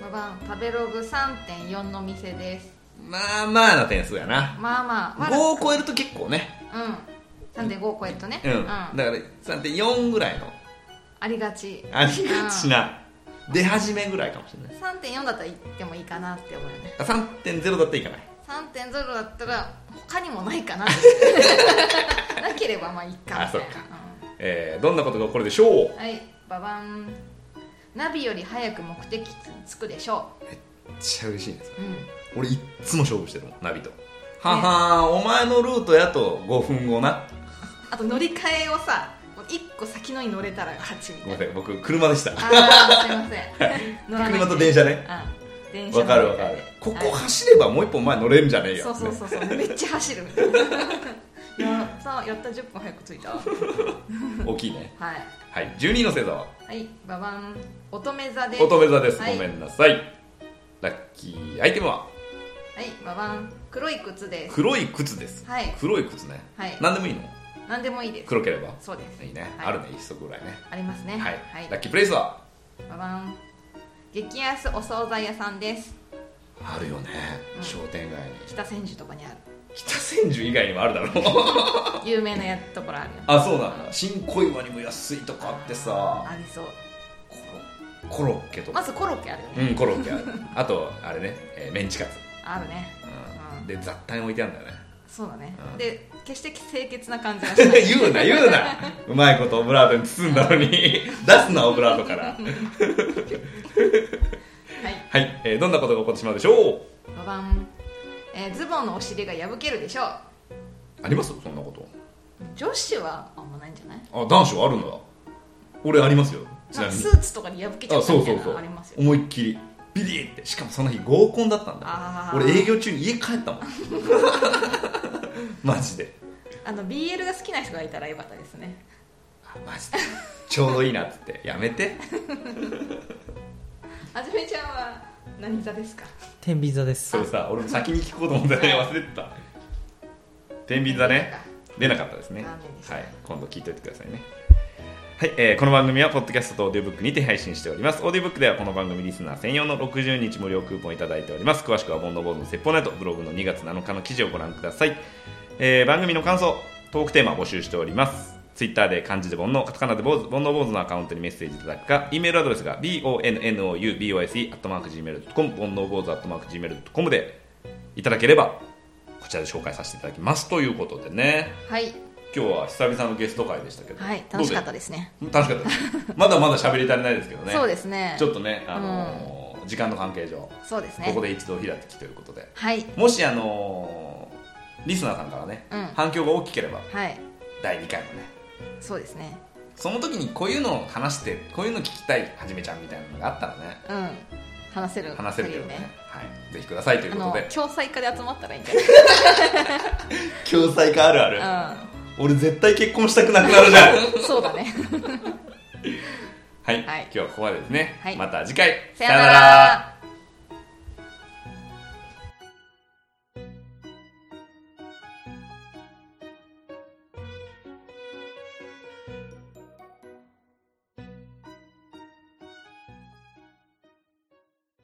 [SPEAKER 2] ババン食べログ3.4の店です
[SPEAKER 1] まあまあな点数やな。
[SPEAKER 2] まあまあまだ
[SPEAKER 1] 5を超えると結構ね。
[SPEAKER 2] うん3.5を超えるとね
[SPEAKER 1] うん。だから3.4ぐらいの、
[SPEAKER 2] ありがち
[SPEAKER 1] ありがちな、出始めぐらいかもしれない。
[SPEAKER 2] 3.4だったら行ってもいいかなって思うよね
[SPEAKER 1] あ3.0だっていかない
[SPEAKER 2] 3.0だったら他にもない かななければまあいいかみたいな
[SPEAKER 1] あそうかえーどんなことが起こるでしょう
[SPEAKER 2] うんはいババンナビより早く目的地に着くでしょ
[SPEAKER 1] めっちゃ嬉しいです
[SPEAKER 2] う、うん、
[SPEAKER 1] 俺いっつも勝負してるもんナビとははーお前のルートやと5分後な
[SPEAKER 2] あと乗り換えをさもう1個先のに乗れたら勝ちみ
[SPEAKER 1] ご
[SPEAKER 2] た
[SPEAKER 1] め
[SPEAKER 2] い
[SPEAKER 1] ん
[SPEAKER 2] な
[SPEAKER 1] なさい僕車でした
[SPEAKER 2] ああすいま せん乗らない
[SPEAKER 1] 車と電車ね
[SPEAKER 2] うん電車
[SPEAKER 1] わかるわかるここ走ればもう一本前乗れるんじゃねえよ
[SPEAKER 2] そうそう
[SPEAKER 1] ね
[SPEAKER 2] そうそう、めっちゃ走るみ たいなやったやった10分早く着いたは
[SPEAKER 1] 大きいね
[SPEAKER 2] い
[SPEAKER 1] はい12の星座は
[SPEAKER 2] はい、ババン、乙女座です。
[SPEAKER 1] 乙女座です、
[SPEAKER 2] はい、
[SPEAKER 1] ごめんなさいラッキーアイテムは
[SPEAKER 2] はい、ババン、黒い靴です。
[SPEAKER 1] 黒い靴です
[SPEAKER 2] はい、
[SPEAKER 1] 黒い靴ね、
[SPEAKER 2] はい
[SPEAKER 1] 何でもいいの
[SPEAKER 2] なんでもいいです。
[SPEAKER 1] 黒ければ
[SPEAKER 2] そうです。
[SPEAKER 1] いいね、
[SPEAKER 2] はい
[SPEAKER 1] あるね一足ぐらいね
[SPEAKER 2] ありますね。
[SPEAKER 1] はい、ラッキープレイスは
[SPEAKER 2] ババン、激安お惣菜屋さんです。
[SPEAKER 1] あるよね、
[SPEAKER 2] うん
[SPEAKER 1] 商店街に
[SPEAKER 2] 北千住とかにある。
[SPEAKER 1] 北千住以外にもあるだろう
[SPEAKER 2] 有名なやところあるよ。
[SPEAKER 1] あそうなんだ新小岩にも安いとこあってさ
[SPEAKER 2] ありそう。
[SPEAKER 1] コロコロッケとか、
[SPEAKER 2] まずコロッケあるよね。
[SPEAKER 1] うんコロッケあ るあとあれね、えーメンチカツ、
[SPEAKER 2] あるね。
[SPEAKER 1] うん
[SPEAKER 2] うん
[SPEAKER 1] で雑多に置いてあるんだよね
[SPEAKER 2] そうだね。
[SPEAKER 1] うん
[SPEAKER 2] で、決して清潔な感じがしな い。
[SPEAKER 1] 言うな言うなうまいことオブラートに包んだのに 出すなオブラートから
[SPEAKER 2] はい、
[SPEAKER 1] はい、えーどんなことが起こってしまうでしょう
[SPEAKER 2] ババン、えーズボンのお尻が破けるでしょう。
[SPEAKER 1] ありますそんなこと
[SPEAKER 2] 女子はあんまないんじゃない？
[SPEAKER 1] あ男子はあるんだ俺ありますよち
[SPEAKER 2] な
[SPEAKER 1] なん
[SPEAKER 2] か
[SPEAKER 1] みに
[SPEAKER 2] スーツとかに破けちゃ
[SPEAKER 1] あ
[SPEAKER 2] った
[SPEAKER 1] そう
[SPEAKER 2] みた
[SPEAKER 1] そ
[SPEAKER 2] いうな
[SPEAKER 1] そう
[SPEAKER 2] のありますよね
[SPEAKER 1] 思いっきりビリってしかもその日合コンだったんだ
[SPEAKER 2] あー
[SPEAKER 1] 俺営業中に家帰ったもん マジで
[SPEAKER 2] あの BL が好きな人がいたらよかったですね
[SPEAKER 1] あマジでちょうどいいなっつってやめて
[SPEAKER 2] あずみちゃんは何座ですか
[SPEAKER 3] 天秤座です
[SPEAKER 1] それさ俺も先に聞こうと思ってね忘れてた天秤座ね出なかったですね
[SPEAKER 2] 残念でした
[SPEAKER 1] はい今度聞いといてくださいねはい、えーこの番組はポッドキャストとオーディオブックにて配信しておりますオーディオブックではこの番組リスナー専用の60日無料クーポンをいただいております詳しくはボンドボードの説法ネットブログの2月7日の記事をご覧ください、えー番組の感想トークテーマを募集しておりますツイッターで漢字で煩悩カタカナで坊主煩悩坊主のアカウントにメッセージいただくか E メールアドレスが bonoubose アットマーク gmail.com 煩悩坊主アットマーク gmail.com でいただければこちらで紹介させていただきますということでね
[SPEAKER 2] はい
[SPEAKER 1] 今日は久々のゲスト会でしたけど、
[SPEAKER 2] はい楽しかった
[SPEAKER 1] で
[SPEAKER 2] ですね
[SPEAKER 1] 楽しかったですまだまだ喋り足りないですけどね
[SPEAKER 2] そうですね
[SPEAKER 1] ちょっとね、あのー時間の関係上こ
[SPEAKER 2] そうですね
[SPEAKER 1] こで一度開きということで
[SPEAKER 2] はい
[SPEAKER 1] もしあのーリスナーさんからね、
[SPEAKER 2] うん
[SPEAKER 1] 反響が大きければ
[SPEAKER 2] はい
[SPEAKER 1] 第2回もね
[SPEAKER 2] そうですね
[SPEAKER 1] その時にこういうのを話してこういうの聞きたいはじめちゃんみたいなのがあったらね
[SPEAKER 2] うん話せる
[SPEAKER 1] 話せるけど
[SPEAKER 2] と
[SPEAKER 1] ね
[SPEAKER 2] いう
[SPEAKER 1] はい、ぜひくださいという
[SPEAKER 2] あ
[SPEAKER 1] こと
[SPEAKER 2] の
[SPEAKER 1] で
[SPEAKER 2] 共済課で集まったらいいんじ
[SPEAKER 1] 共済化あるある
[SPEAKER 2] ゃない
[SPEAKER 1] 俺絶対結婚したくなくなるじゃん
[SPEAKER 2] うんそうだね
[SPEAKER 1] はい、
[SPEAKER 2] はい
[SPEAKER 1] 今日はここまでですね、
[SPEAKER 2] はい
[SPEAKER 1] また次回
[SPEAKER 2] さよなら